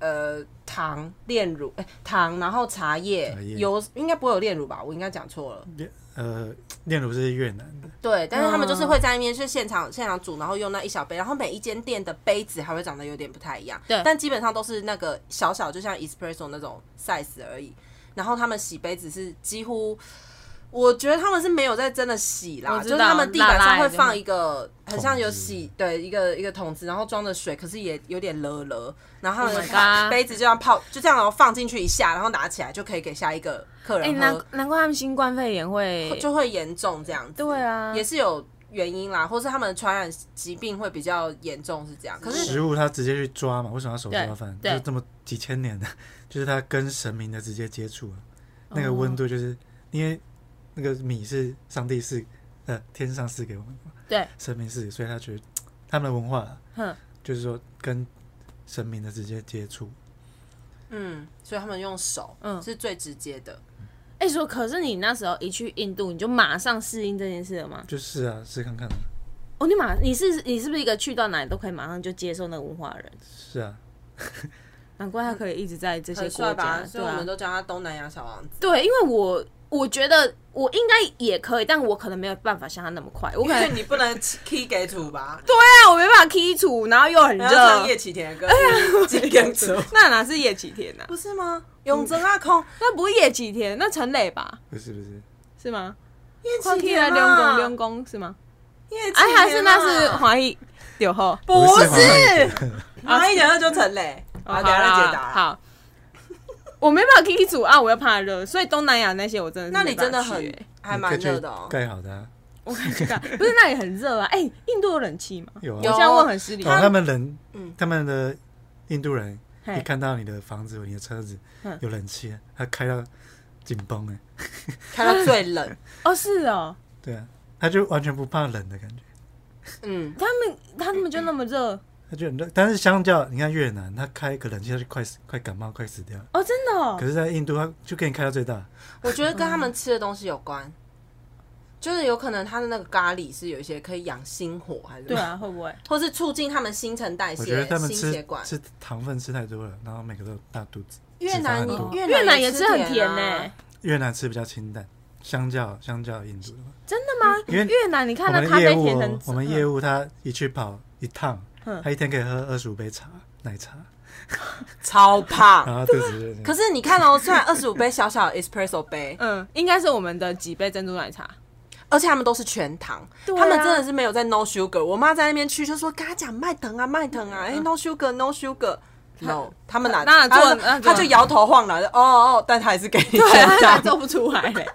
Speaker 2: 呃糖、炼乳、哎糖，然后茶叶
Speaker 1: 茶、叶
Speaker 2: 油，应该不会有炼乳吧？我应该讲错了。
Speaker 1: 呃，炼乳是越南的，
Speaker 2: 对，但是他们就是
Speaker 6: 嗯
Speaker 2: 会在那边去现场现场煮，然后用那一小杯，然后每一间店的杯子还会长得有点不太一样，
Speaker 6: 对
Speaker 2: 但基本上都是那个小小，就像 espresso 那种 size 而已。然后他们洗杯子是几乎，我觉得他们是没有在真的洗啦，
Speaker 6: 我知
Speaker 2: 就
Speaker 6: 道
Speaker 2: 是他们地
Speaker 6: 蜡
Speaker 2: 板
Speaker 6: 蜡
Speaker 2: 上会
Speaker 6: 的
Speaker 2: 放一个很像有
Speaker 1: 桶子
Speaker 2: 洗对一个一个桶子，然后装着水，可是也有点勒勒，然后他
Speaker 6: Oh my
Speaker 2: 们的
Speaker 6: god
Speaker 2: 杯子就这样泡，就这样然后哦放进去一下，然后拿起来就可以给下一个客
Speaker 3: 哎、
Speaker 2: 人喝。
Speaker 3: 难难怪他们新冠肺炎会
Speaker 2: 就会严重这样子。
Speaker 3: 对啊
Speaker 2: 也是有原因啦，或是他们传染疾病会比较严重，是这样。可是
Speaker 1: 食物它直接去抓嘛，为什么要手抓饭？
Speaker 6: 对
Speaker 1: 就
Speaker 6: 对
Speaker 1: 这么几千年的， 就是它跟神明的直接接触啊，那
Speaker 6: 哦
Speaker 1: 个温度就是因为那个米是上帝赐，呃，天上赐给我们，
Speaker 6: 对，
Speaker 1: 神明赐，所以他觉得他们的文化啊
Speaker 6: 哼，
Speaker 1: 就是说跟神明的直接接触，
Speaker 2: 嗯，所以他们用手，
Speaker 6: 嗯
Speaker 2: 嗯，是最直接的。
Speaker 3: 哎、说可是你那时候一去印度，你就马上适应这件事了吗？
Speaker 1: 就是啊，试看看啊，
Speaker 3: 哦，你马你是你是不是一个去到哪里都可以马上就接受那个文化的人？
Speaker 1: 是啊，
Speaker 3: 难怪他可以一直在这些
Speaker 2: 很
Speaker 3: 国
Speaker 2: 帅
Speaker 3: 家
Speaker 2: 吧？，所
Speaker 3: 对
Speaker 2: 以我
Speaker 3: 啊
Speaker 2: 们，都叫他东南亚小王子。
Speaker 3: 对，因为我我觉得我应该也可以，但我可能没有办法像他那么快，我
Speaker 2: 因
Speaker 3: 可能
Speaker 2: 为你不能 key 给土吧？
Speaker 3: 对啊，我没办法剔除，然后又很
Speaker 2: 你
Speaker 3: 热
Speaker 2: 要，唱叶启田 的歌，金根竹，
Speaker 3: 那哪是叶启田啊？
Speaker 2: 不是吗？永贞阿空，
Speaker 3: 那不是叶启田，那陈磊吧？
Speaker 1: 不是不是，
Speaker 3: 是吗？
Speaker 2: 叶
Speaker 3: 快
Speaker 2: 启
Speaker 3: 踢来
Speaker 2: 田
Speaker 3: 两公
Speaker 2: 啊
Speaker 3: 两，公是吗？
Speaker 2: 叶启
Speaker 3: 哎，还是
Speaker 2: 田啊
Speaker 3: 那是华裔有后
Speaker 2: 不
Speaker 1: 我是华
Speaker 2: 是
Speaker 1: 裔？
Speaker 2: 啊，一讲到就成嘞，
Speaker 3: 哦
Speaker 2: 好，等一下再解答。，
Speaker 3: 好，我没办法 K 组啊，我又怕热，所以东南亚那些我真的是
Speaker 2: 那你
Speaker 3: 没办
Speaker 2: 真的
Speaker 3: 法去
Speaker 2: 很
Speaker 3: 欸
Speaker 2: 还
Speaker 1: 你
Speaker 2: 蛮
Speaker 1: 可以去
Speaker 2: 热的哦。
Speaker 1: 盖好的啊，
Speaker 3: 我看去看，不是那里很 热啊？哎，印度有冷气吗？
Speaker 1: 有啊，
Speaker 3: 我
Speaker 2: 有
Speaker 3: 这样问很失礼
Speaker 1: 哦，。他们人，
Speaker 2: 嗯
Speaker 1: 他们的印度人
Speaker 3: 嘿
Speaker 1: 一看到你的房子、你的车子
Speaker 3: 嗯
Speaker 1: 有冷气，啊他开到紧绷哎，
Speaker 2: 开到最冷，
Speaker 3: 哦，是哦，
Speaker 1: 对啊，他就完全不怕冷的感觉，
Speaker 2: 嗯，
Speaker 3: 他们他们就那么热
Speaker 1: 他就很热。但是相较你看越南，他开个冷气他就快死、快感冒、快死掉了。
Speaker 3: 哦，真的哦
Speaker 1: 可。是，在印度，他就给你开到最大，
Speaker 2: 我觉得跟他们吃的东西有关，就是有可能他的那个咖喱是有一些可以养心火，还是
Speaker 3: 对，啊，会不会？
Speaker 2: 或是促进他们新陈代
Speaker 1: 我觉得
Speaker 2: 谢、
Speaker 1: 他们
Speaker 2: 心
Speaker 1: 吃
Speaker 2: 血管。
Speaker 1: 吃糖分吃太多了，然后每个都有大肚子。
Speaker 2: 越南
Speaker 1: 脂肪很多
Speaker 2: 越
Speaker 3: 越南
Speaker 2: 也
Speaker 3: 也
Speaker 2: 吃
Speaker 3: 是很
Speaker 2: 甜啊
Speaker 3: 甜呢，
Speaker 1: 越南吃比较清淡，相较相较印度的话，
Speaker 3: 真的吗？
Speaker 1: 因为
Speaker 3: 越南你
Speaker 1: 我
Speaker 3: 看那
Speaker 1: 们
Speaker 3: 咖
Speaker 1: 的业
Speaker 3: 啡
Speaker 1: 务
Speaker 3: 甜
Speaker 1: 哦
Speaker 3: 成，
Speaker 1: 我
Speaker 2: 嗯
Speaker 1: 们业务他一去跑一趟
Speaker 3: 嗯，
Speaker 1: 他一天可以喝二十五杯茶奶茶，
Speaker 2: 超
Speaker 3: 啊
Speaker 2: 胖。
Speaker 1: 然后肚子就这样
Speaker 2: 可是你看哦，虽然二十五杯小小的 espresso 杯，
Speaker 3: 嗯，应该是我们的几杯珍珠 奶茶。
Speaker 2: 而且他们都是全糖，
Speaker 3: 对啊
Speaker 2: 他们真的是没有在 no sugar。我妈在那边去就说跟他讲麦藤啊麦藤啊，哎、no sugar no sugar。no，他们哪
Speaker 3: 嗯那做
Speaker 2: 他
Speaker 3: 那做
Speaker 2: 他就摇头晃脑，就哦哦，但他还是给你
Speaker 3: 对 啊，
Speaker 2: 全
Speaker 3: 他
Speaker 2: 糖，
Speaker 3: 做不出来嘞。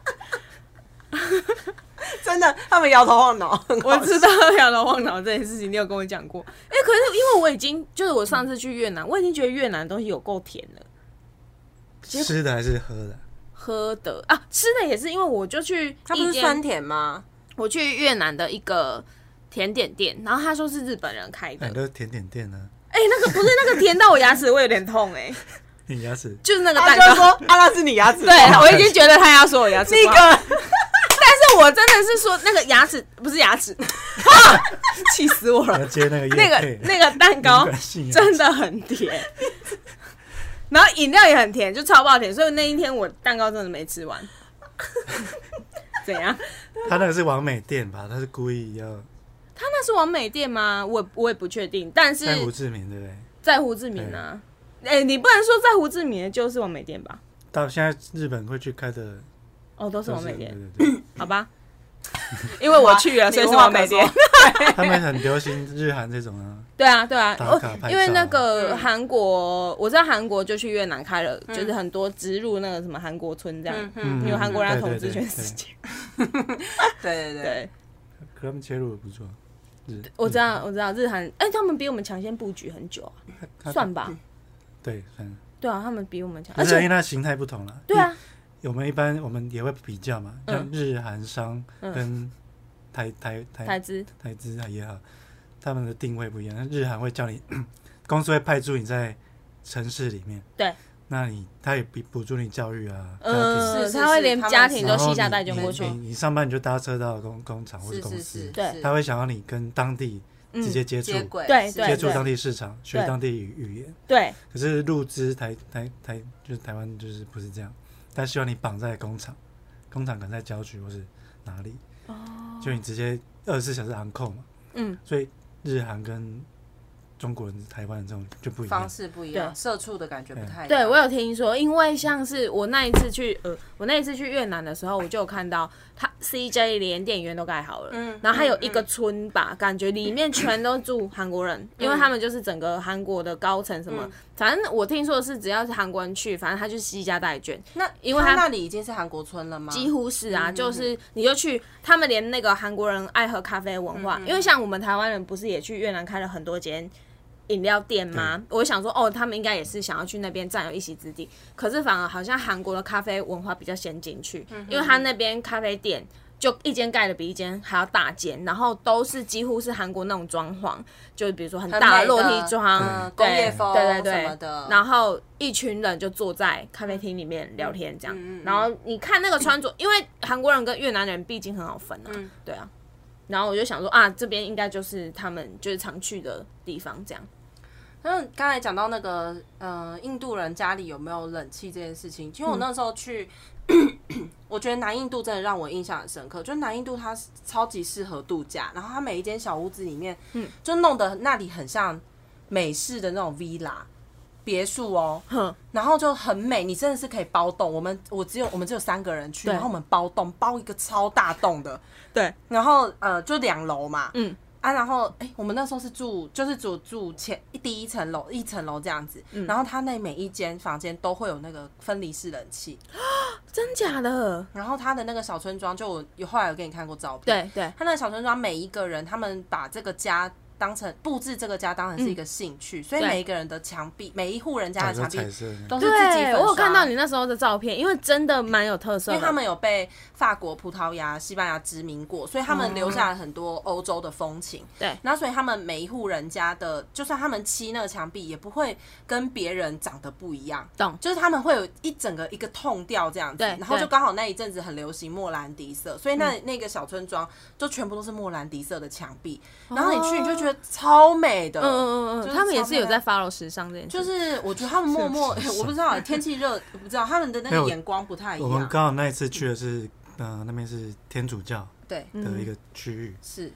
Speaker 2: 真的，他们摇头晃脑。很好
Speaker 3: 我知道摇头晃脑这件事情，你有跟我讲过。哎、可是因为我已经就是我上次去越南，我已经觉得越南的东西有够甜了，
Speaker 1: 吃的还是喝的？
Speaker 3: 喝的啊，吃的也是，因为我就去
Speaker 2: 它不
Speaker 3: 一
Speaker 2: 是
Speaker 3: 间
Speaker 2: 酸甜吗？
Speaker 3: 我去越南的一个甜点店，然后他说是日本人开的
Speaker 1: 哎，，都是甜点店呢、
Speaker 3: 哎、那个不是那个甜到我牙齿会有点痛、哎，
Speaker 1: 你牙齿
Speaker 3: 就是那个
Speaker 2: 他
Speaker 3: 蛋
Speaker 2: 就
Speaker 3: 糕。
Speaker 2: 说 啊，那是你牙齿。
Speaker 3: 对，我已经觉得他要说我牙齿不好，
Speaker 2: 那个
Speaker 3: 但是我真的是说那个牙齿不是牙齿，气死我了
Speaker 1: 要。接那个
Speaker 3: 那
Speaker 1: 叶
Speaker 3: 个
Speaker 1: 配，
Speaker 3: 那个蛋糕
Speaker 1: 敏感性牙齿
Speaker 3: 真的很 甜，然后饮料也很甜，就超爆甜，所以那一天我蛋糕真的没吃完。怎样？
Speaker 1: 他那个是完美店吧？他是故意要
Speaker 3: 他那是完美店吗？我也我也不确定，但是
Speaker 1: 在胡志明，对不对？
Speaker 3: 在胡志明啊，哎、你不能说在胡志明的就是完美店吧？
Speaker 1: 到现在日本会去开的
Speaker 3: 哦，
Speaker 1: 都
Speaker 3: 都是
Speaker 1: 是
Speaker 3: 完美店，
Speaker 1: 对对
Speaker 3: 好吧？因为我去了，所以是完美 店。
Speaker 1: 对，他们很流行日韩这种 啊，
Speaker 3: 对啊，对啊，
Speaker 1: 打
Speaker 3: 我
Speaker 1: 卡拍
Speaker 3: 因为
Speaker 1: 照
Speaker 3: 那
Speaker 1: 啊
Speaker 3: 个
Speaker 2: 嗯
Speaker 3: 韩国，我知道韩国就去越嗯南开了，就是很多植入那个什么韩国村这样，
Speaker 2: 嗯
Speaker 1: 嗯
Speaker 3: 因为韩国人要
Speaker 1: 对
Speaker 3: 统
Speaker 1: 对嗯
Speaker 3: 治
Speaker 1: 对
Speaker 3: 全世界。
Speaker 2: 对对对，
Speaker 3: 对，
Speaker 1: 可他们切入的不错，是
Speaker 3: 我知
Speaker 1: 嗯
Speaker 3: 道，我知道，日韩，哎、他们比我们抢先布局很久啊，
Speaker 1: 他
Speaker 3: 算吧，
Speaker 1: 对算了，
Speaker 3: 对啊，他们比我们强，
Speaker 1: 不
Speaker 3: 而
Speaker 1: 是因为
Speaker 3: 且
Speaker 1: 它形态不同了。
Speaker 3: 对啊，
Speaker 1: 日，我们一般我们也会比较嘛，
Speaker 3: 嗯
Speaker 1: 像日韩商
Speaker 3: 嗯
Speaker 1: 跟台台
Speaker 3: 台
Speaker 1: 台
Speaker 3: 资
Speaker 1: 台资啊也好，他们的定位不一样。日韩会叫你， 公司会派驻你在城市里面，
Speaker 3: 对，
Speaker 1: 那你他也补补助你教育啊，家庭
Speaker 3: 嗯，
Speaker 2: 是是
Speaker 3: 他会连
Speaker 2: 他们
Speaker 3: 家庭
Speaker 2: 你
Speaker 3: 都
Speaker 1: 然后
Speaker 3: 西家带
Speaker 1: 你
Speaker 3: 卷过去
Speaker 1: 你，你你上班你就搭车到工工厂或者
Speaker 2: 是
Speaker 1: 公
Speaker 2: 是
Speaker 1: 司
Speaker 2: 是，，
Speaker 3: 对
Speaker 2: 是
Speaker 1: 他会想要你跟当地
Speaker 3: 嗯
Speaker 1: 直接接触，
Speaker 2: 接轨，
Speaker 3: 对
Speaker 2: 是
Speaker 3: 对
Speaker 1: 接触
Speaker 3: 对
Speaker 1: 当地市场，学
Speaker 3: 对
Speaker 1: 当地语语言。
Speaker 3: 对，
Speaker 1: 可是入资台台台就是台湾就是不是这样，他希望你绑在工厂，工厂可能在郊区或是哪里，就你直接二十四小时昂扣嘛，
Speaker 3: 哦嗯，
Speaker 1: 所以日韩跟中国人、台湾人这种就不一
Speaker 2: 方
Speaker 1: 样。
Speaker 2: 式不一样，
Speaker 3: 对
Speaker 2: 社畜的感觉不太一样。
Speaker 3: 对，我有听说，因为像是我那一次去呃，我那一次去越南的时候，我就有看到他 CJ 连电影院都盖好了，
Speaker 2: 嗯
Speaker 3: 然后还有一个村吧，感觉里面全都住韩国人，
Speaker 1: 嗯
Speaker 3: 因为他们就是整个韩国的高层什么，反正我听说的是只要是韩国人去，反正他就是西家带眷，
Speaker 2: 那
Speaker 3: 因为
Speaker 2: 他
Speaker 3: 他
Speaker 2: 那里已经是韩国村了吗？嗯
Speaker 3: 几乎是啊，就是你就去，他们连那个韩国人爱喝咖啡文
Speaker 2: 嗯
Speaker 3: 化，因为像我们台湾人不是也去越南开了很多间饮料店吗？我想说，哦，他们应该也是想要去那边占有一席之地，可是反而好像韩国的咖啡文化比较先进去，
Speaker 2: 嗯
Speaker 3: 因为他那边咖啡店。就一间盖的比一间还要大间，然后都是几乎是韩国那种装潢，就是比如说很
Speaker 2: 很
Speaker 3: 大
Speaker 2: 美
Speaker 3: 的落
Speaker 2: 的
Speaker 3: 地窗，
Speaker 2: 嗯
Speaker 3: 对
Speaker 2: 工业风
Speaker 3: 对
Speaker 2: 什
Speaker 3: 对对
Speaker 2: 么的
Speaker 3: 然后一群人就坐在咖啡厅里面聊天这样，
Speaker 2: 嗯
Speaker 3: 然后你看那个穿着，因为韩国人跟越南人毕竟很好分啊，
Speaker 2: 嗯
Speaker 3: 对啊，然后我就想说啊，这边应该就是他们就是常去的地方这样，
Speaker 2: 那刚才讲到那个呃，印度人家里有没有冷气这件事情，其实我
Speaker 3: 嗯
Speaker 2: 那时候去， 我觉得南印度真的让我印象很深刻。就南印度它是超级适合度假，然后它每一间小屋子里面，嗯，就弄得那里很像美式的那种 villa 别墅哦，
Speaker 3: 哼，
Speaker 2: 然后就很美，你真的是可以包栋。我们我只有我们只有三个人去，
Speaker 3: 对
Speaker 2: 然后我们包栋，包一个超大栋的，
Speaker 3: 对，
Speaker 2: 然后呃就两楼嘛，
Speaker 3: 嗯
Speaker 2: 啊，然后哎、我们那时候是住就是住住前第一层楼一层楼这样子，
Speaker 3: 嗯
Speaker 2: 然后它那每一间房间都会有那个分离式冷气，
Speaker 3: 真假的，
Speaker 2: 然后它的那个小村庄就我有后来有给你看过照片，
Speaker 3: 对对，
Speaker 2: 他那个小村庄每一个人，他们把这个家当成布置这个家当成是一个兴趣，所以
Speaker 3: 嗯对
Speaker 2: 每一个人的墙壁，每一户人家
Speaker 1: 打
Speaker 2: 的
Speaker 1: 个
Speaker 2: 墙壁
Speaker 1: 彩色的那个，
Speaker 2: 都是自己粉
Speaker 3: 对我有
Speaker 2: 刷
Speaker 3: 看到你那时候的照片，因为真的蛮有特色
Speaker 2: 因
Speaker 3: 的，
Speaker 2: 为他们有被法国、葡萄牙、西班牙殖民过，所以他们留下了很多欧洲的风情。
Speaker 3: 对
Speaker 2: 然后所以他们每一户人家的，就算他们漆那个墙壁，也不会跟别人长得不一样。
Speaker 3: 懂
Speaker 2: 就是他们会有一整个一个痛调这样子，
Speaker 3: 对嗯
Speaker 2: 然后就
Speaker 3: 对
Speaker 2: 刚好那一阵子很流行莫兰迪色，所以那、那个小村庄就全部都是莫兰迪色的墙壁，然后你去你就觉得超美的，
Speaker 3: 哦嗯嗯嗯
Speaker 2: 就
Speaker 3: 嗯，他们也是有
Speaker 2: 超漂
Speaker 3: 在
Speaker 2: 亮
Speaker 3: follow 时尚这件事，
Speaker 2: 就是我觉得他们默默，我不知道天气热，我不知道他们的那
Speaker 1: 没
Speaker 2: 个
Speaker 1: 有
Speaker 2: 眼光不太一
Speaker 3: 啊
Speaker 1: 我们
Speaker 2: 样，
Speaker 1: 刚好那一次去的是，呃，那边是天主教
Speaker 2: 对，
Speaker 3: 嗯
Speaker 1: 的一个区域，
Speaker 2: 是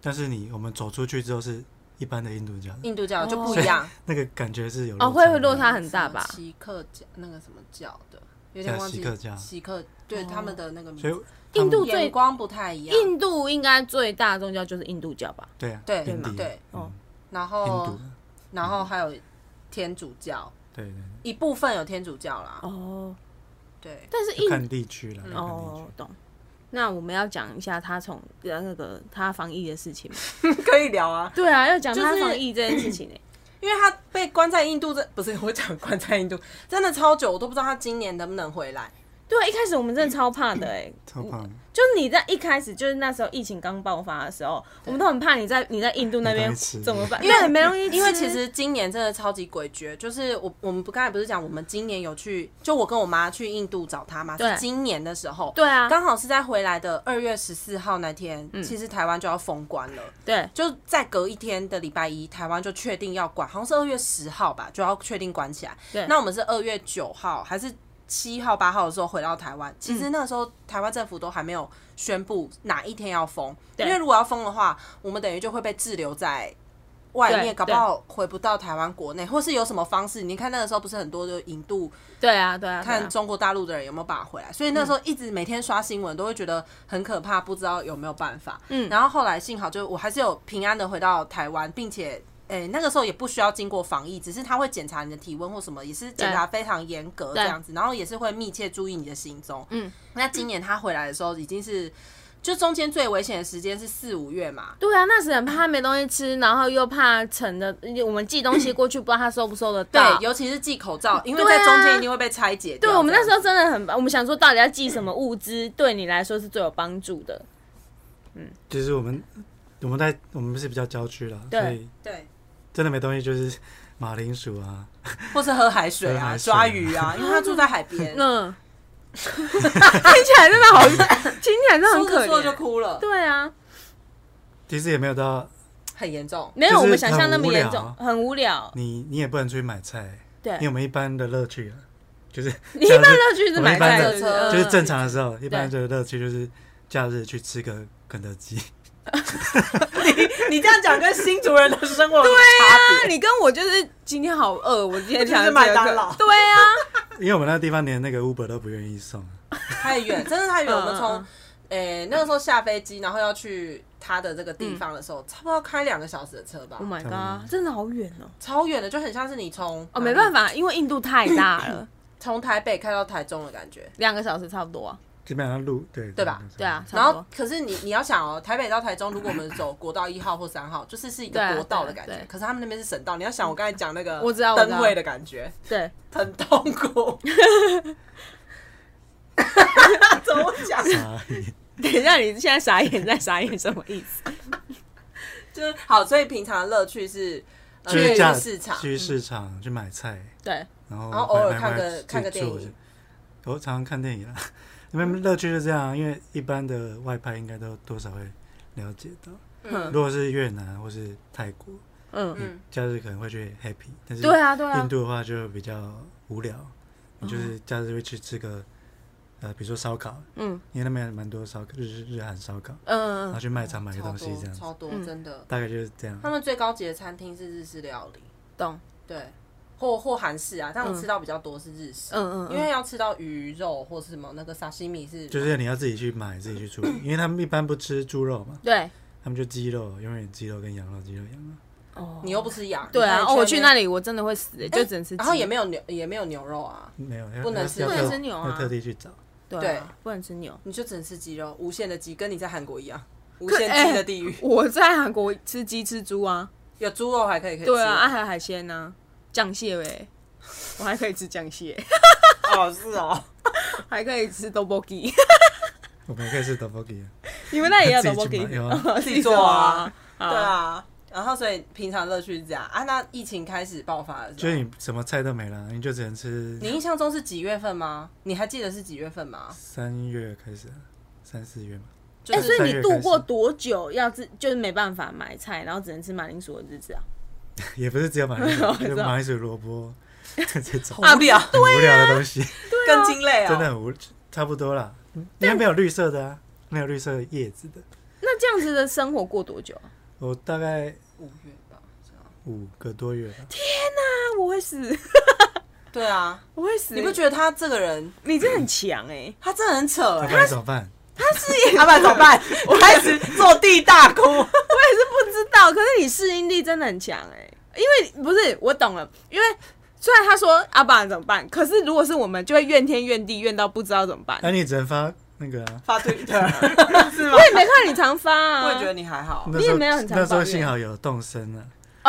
Speaker 1: 但是你我们走出去之后是一般的印度教，
Speaker 2: 印度教就不
Speaker 3: 哦
Speaker 2: 一样，
Speaker 1: 那个感觉是有
Speaker 3: 哦，
Speaker 1: 差
Speaker 3: 会会
Speaker 1: 的
Speaker 3: 落差 很大吧？
Speaker 2: 锡克教那个什么教的，有点
Speaker 1: 叫
Speaker 2: 忘记
Speaker 1: 锡克教
Speaker 2: 锡克对他们的那个名
Speaker 1: 所以
Speaker 2: 字，
Speaker 1: 他们
Speaker 3: 印度最
Speaker 2: 眼光不太一样。
Speaker 3: 哦印度应该最大的宗教就是印度教吧？
Speaker 1: 对啊，
Speaker 2: 对
Speaker 1: 印度
Speaker 2: 对，
Speaker 3: 哦
Speaker 2: 然
Speaker 1: 印
Speaker 2: 后
Speaker 1: 度，
Speaker 2: 然后还有天主教，
Speaker 1: 对对，
Speaker 2: 一部分有天主教啦。
Speaker 3: 哦，
Speaker 2: 对，
Speaker 3: 但是
Speaker 1: 就
Speaker 3: 印
Speaker 1: 看地区了，要看地
Speaker 3: 哦
Speaker 1: 区，。
Speaker 3: 懂。那我们要讲一下他从呃那个他防疫的事情吗？
Speaker 2: 可以聊啊，
Speaker 3: 对啊，要讲
Speaker 2: 就
Speaker 3: 他
Speaker 2: 是
Speaker 3: 防疫这件事 情呢、欸
Speaker 2: 因为他被关在印度这不是我讲关在印度，真的超久，我都不知道他今年能不能回来。
Speaker 3: 对啊，一开始我们真的超怕的哎、
Speaker 1: 超棒，
Speaker 3: 就你在一开始就是那时候疫情刚爆发的时候，我们都很怕你在你在印度那
Speaker 1: 没
Speaker 3: 边
Speaker 1: 东西吃
Speaker 3: 怎么办？因为没东西吃，
Speaker 2: 因为其实今年真的超级诡谲，就是我我们不刚才不是讲我们今年有去，就我跟我妈去印度找他嘛，
Speaker 3: 对
Speaker 2: 是今年的时候，
Speaker 3: 对啊，嗯
Speaker 2: 刚好是在回来的二月十四号那天，其实台湾就要封关了，
Speaker 3: 对
Speaker 2: 就再隔一天的礼拜一，台湾就确定要关，好像是二月十号吧，就要确定关起来。
Speaker 3: 对
Speaker 2: 那我们是二月九号还是七号、八号的时候回到台
Speaker 3: 嗯
Speaker 2: 湾，其实那时候台湾政府都还没有宣布哪一天要封，因
Speaker 3: 对
Speaker 2: 为如果要封的话，我们等于就会被滞留在。外
Speaker 3: 对
Speaker 2: 面搞不好回不到台湾国内，或是有什么方式？你看那个时候不是很多就引渡
Speaker 3: 对啊对啊，
Speaker 2: 看
Speaker 3: 看
Speaker 2: 中国大陆的人有没有办法回来，所以那时候一直每天刷新闻都会觉得很可怕，不知道有没有办法。
Speaker 3: 嗯
Speaker 2: 然后后来幸好就我还是有平安的回到台湾，并且哎、那个时候也不需要经过防疫，只是他会检查你的体温或什么，也是检查非常严格这
Speaker 3: 对
Speaker 2: 样子，然后也是会密切注意你的行踪。
Speaker 3: 嗯，
Speaker 2: 那今年他回来的时候已经是，就中间最危险的时间是四五月嘛，
Speaker 3: 对啊，那时很怕他没东西吃，然后又怕盛的，我们寄东西过去，不知道他收不收得
Speaker 2: 对
Speaker 3: 到。，
Speaker 2: 尤其是系口罩，因为
Speaker 3: 对啊
Speaker 2: 在中间一定会被拆解掉
Speaker 3: 对我们那时候
Speaker 2: 这样
Speaker 3: 真的很，我们想说到底要寄什么物资，对你来说是最有帮助的。
Speaker 1: 就是我们我们在我们是比较郊区啦，
Speaker 3: 对
Speaker 1: 所以
Speaker 2: 子对，
Speaker 1: 真的没东西，就是马铃薯啊，
Speaker 2: 或是喝海水
Speaker 1: 喝
Speaker 2: 啊、
Speaker 1: 海水啊
Speaker 2: 抓鱼啊，因为他住在海 边，
Speaker 3: 嗯，听起来真的好，听起来真的很
Speaker 2: 说
Speaker 3: 可
Speaker 2: 着说着就
Speaker 3: 怜。
Speaker 2: 哭了，
Speaker 3: 对啊，
Speaker 1: 其实也没有到
Speaker 2: 很严重。
Speaker 3: 没有
Speaker 1: 就是
Speaker 3: 我们想象那
Speaker 1: 很
Speaker 3: 么
Speaker 1: 无
Speaker 3: 严
Speaker 1: 聊
Speaker 3: 重，很无聊。
Speaker 1: 你你也不能出去买菜，
Speaker 3: 对
Speaker 1: 因为，我们一般的乐趣啊，就是
Speaker 3: 你一般
Speaker 1: 假日
Speaker 3: 乐趣是
Speaker 1: 我们
Speaker 3: 买
Speaker 1: 一般
Speaker 3: 菜，
Speaker 1: 的
Speaker 3: 是不是
Speaker 2: 就
Speaker 1: 就是
Speaker 3: 嗯
Speaker 1: 正常的时候，一般的乐趣就是假日去吃个肯德基，
Speaker 2: 你这样讲跟新族人的生活对
Speaker 3: 那啊你跟我就是今天好饿，我今天想
Speaker 2: 我就是麦当劳
Speaker 3: 对啊，
Speaker 1: 因为我们那个地方连那个 Uber 都不愿意送啊，
Speaker 2: 太 远，真的太远。
Speaker 3: 嗯
Speaker 2: 我们
Speaker 3: 嗯
Speaker 2: 从诶那个时候下飞机，然后要去他的这个地方的时候，差不多开两个小时的车吧
Speaker 3: Oh，my
Speaker 1: 差不多
Speaker 3: god，真的好远哦！
Speaker 2: 超远的，就很像是你从嗯
Speaker 3: 哦，没办法，因为印度太大了，
Speaker 2: 从台北开到台中的感觉。
Speaker 3: 两个小时差不多啊。
Speaker 1: 基本上路对
Speaker 2: 对吧
Speaker 3: 对啊，，
Speaker 2: 然
Speaker 3: 差不
Speaker 2: 后
Speaker 3: 多。，
Speaker 2: 可是你你要想哦，台北到台中，如果我们走国道一号或三号，就是是一
Speaker 3: 对啊
Speaker 2: 个国道的感
Speaker 3: 对啊
Speaker 2: 觉
Speaker 3: 对。
Speaker 2: 可是他们那边是省道，你要想我刚才讲那个，
Speaker 3: 我知道我知
Speaker 2: 灯
Speaker 3: 道
Speaker 2: 会的感 觉，
Speaker 3: 对，
Speaker 2: 很痛 苦。 怎么讲？
Speaker 1: 啊，
Speaker 3: 等一下，你现在傻眼，在傻眼什么意思？
Speaker 2: 就是好，所以平常的乐趣是呃
Speaker 1: 去
Speaker 2: 夜
Speaker 1: 假
Speaker 2: 市市场，
Speaker 1: 去市场去买菜，
Speaker 3: 对，
Speaker 1: 然后
Speaker 2: 然后偶尔
Speaker 1: 买
Speaker 2: 看
Speaker 1: 买
Speaker 2: 个
Speaker 1: 自己
Speaker 2: 看个电
Speaker 1: 做
Speaker 2: 影
Speaker 1: 我常常看电影啊， 因为乐趣是这样，因为一般的外派应该都多少会了解到，
Speaker 2: 嗯
Speaker 1: 如果是越南或是泰国，
Speaker 3: 嗯，
Speaker 2: 嗯
Speaker 1: 嗯，假日可能会去 happy，但是
Speaker 3: 对啊，对啊
Speaker 1: 印，度的话就比较无聊，你
Speaker 2: 哦
Speaker 1: 就是假日会去吃个呃，比如说烧烤，
Speaker 3: 嗯
Speaker 1: 因为那边还蛮多烧烤，日日韩烧烤，然
Speaker 3: 嗯
Speaker 1: 后
Speaker 3: 嗯，
Speaker 1: 去卖场买个
Speaker 2: 超
Speaker 1: 东西这
Speaker 2: 多
Speaker 1: 样子，
Speaker 2: 超多，
Speaker 3: 嗯
Speaker 2: 真的。
Speaker 1: 大概就是这样
Speaker 2: 他。们最高级的餐厅是日式料理，
Speaker 3: 懂，
Speaker 2: 对，或或韩式啊，但我
Speaker 3: 嗯
Speaker 2: 吃到比较多是日式，
Speaker 3: 嗯嗯，
Speaker 2: 因为要吃到鱼肉或是什么那个沙西米是，
Speaker 1: 就是你要自己去买，自己去处 理，因为他们一般不吃猪肉嘛，
Speaker 3: 对，
Speaker 1: 他们就鸡肉，永远鸡肉跟羊肉，鸡肉啊羊肉。
Speaker 3: 哦
Speaker 2: 你又不吃羊，
Speaker 3: 对啊，哦，我去那
Speaker 2: 里，
Speaker 3: 里我真的会死的，就只能吃鸡，
Speaker 2: 然后也没有牛也没有牛肉啊，
Speaker 1: 没有，
Speaker 2: 不能
Speaker 1: 要
Speaker 2: 吃
Speaker 1: 要
Speaker 2: 不
Speaker 1: 特
Speaker 2: 能
Speaker 3: 吃牛啊
Speaker 1: 要特地去找。
Speaker 3: 对
Speaker 2: 对
Speaker 3: 啊，不能吃牛。
Speaker 2: 你就只能吃鸡肉，无限的鸡，跟你在韩国一样，无
Speaker 3: 可
Speaker 2: 限
Speaker 3: 哎
Speaker 2: 鸡的地狱，
Speaker 3: 我在韩国吃鸡吃猪啊，
Speaker 2: 有猪肉还可以可以吃，
Speaker 3: 对啊，啊还有海鲜呢，酱蟹 喂，我还可以吃酱蟹，
Speaker 2: 哦是哦，
Speaker 3: 还可以吃 tteokbokki。
Speaker 1: 我们可以吃 d o b o g i
Speaker 3: 你们那也要
Speaker 1: 自己
Speaker 3: 哎 double
Speaker 1: 去
Speaker 3: g
Speaker 1: 买有 啊
Speaker 2: 自己做啊，
Speaker 3: 对
Speaker 2: 对，啊，然后所以平常乐趣是这样啊，那疫情开始爆发的时
Speaker 1: 就
Speaker 2: 候
Speaker 1: 是。你什么菜都没了，你就只能吃
Speaker 2: 你印象中是几月份吗？你还记得是几月份吗？
Speaker 1: 三月开始啊，三四月嘛。
Speaker 2: 就
Speaker 3: 哎，
Speaker 2: 是
Speaker 3: 所以你
Speaker 1: 三月
Speaker 3: 度
Speaker 1: 开始
Speaker 3: 过多久要自就是没办法买菜，然后只能吃马铃薯的日子啊？
Speaker 1: 也不是只有马铃
Speaker 3: 我
Speaker 1: 薯，
Speaker 3: 知 道
Speaker 1: 就马铃薯、萝卜这种
Speaker 3: 哦
Speaker 2: 好无聊，
Speaker 1: 很无聊的东西，
Speaker 2: 跟精类啊，
Speaker 1: 真的很无，差不多啦。因为没有绿色的啊，没有绿色叶子的。
Speaker 3: 那这样子的生活过多久啊？
Speaker 1: 我大概
Speaker 2: 五月吧，这样
Speaker 1: 五个多月吧，
Speaker 3: 那啊我会死，
Speaker 2: 对啊，
Speaker 3: 我会死。欸
Speaker 2: 你不觉得他这个人，
Speaker 3: 你真的很强哎！
Speaker 2: 他真的很扯
Speaker 1: 要
Speaker 2: 哎、
Speaker 1: 不然怎么办？
Speaker 2: 他们怎么办？我开始坐地大哭。
Speaker 3: 我也是不知道，可是你适应力真的很强哎、因为不是我懂了，因为虽然他说阿爸怎么办，可是如果是我们，就会怨天怨地，怨到不知道怎么办。
Speaker 2: 哎
Speaker 1: 那啊你只能发那个啊。
Speaker 2: 发 Twitter，
Speaker 3: 我也没看你常发啊，
Speaker 2: 我也觉得你还好。
Speaker 1: 那
Speaker 3: 你也
Speaker 1: 时候
Speaker 3: 没有很常
Speaker 1: 那时候
Speaker 3: 抱怨
Speaker 1: 幸好有动身啊，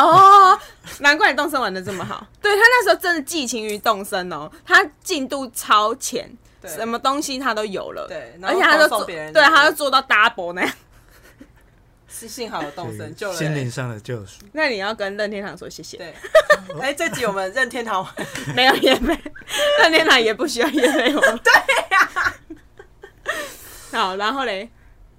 Speaker 3: 哦，难怪你动身玩的这么好。对他那时候真的寄情于动身哦，他进度超前，
Speaker 2: 对
Speaker 3: 什么东西他都有了，
Speaker 2: 对然
Speaker 3: 而
Speaker 2: 后
Speaker 3: 且他就
Speaker 2: 送
Speaker 3: 做，
Speaker 2: 别人
Speaker 3: 对，
Speaker 2: 的
Speaker 3: 他就做到 double 那样。
Speaker 2: 是幸好有动身救
Speaker 1: 对
Speaker 2: 了
Speaker 1: 心灵
Speaker 2: 人。
Speaker 1: 上的救赎。
Speaker 3: 那你要跟任天堂说谢谢，
Speaker 2: 对， 哎，这集我们任天堂，
Speaker 3: 没有也没，任天堂也不需要也没有。 对呀、 好，然后嘞，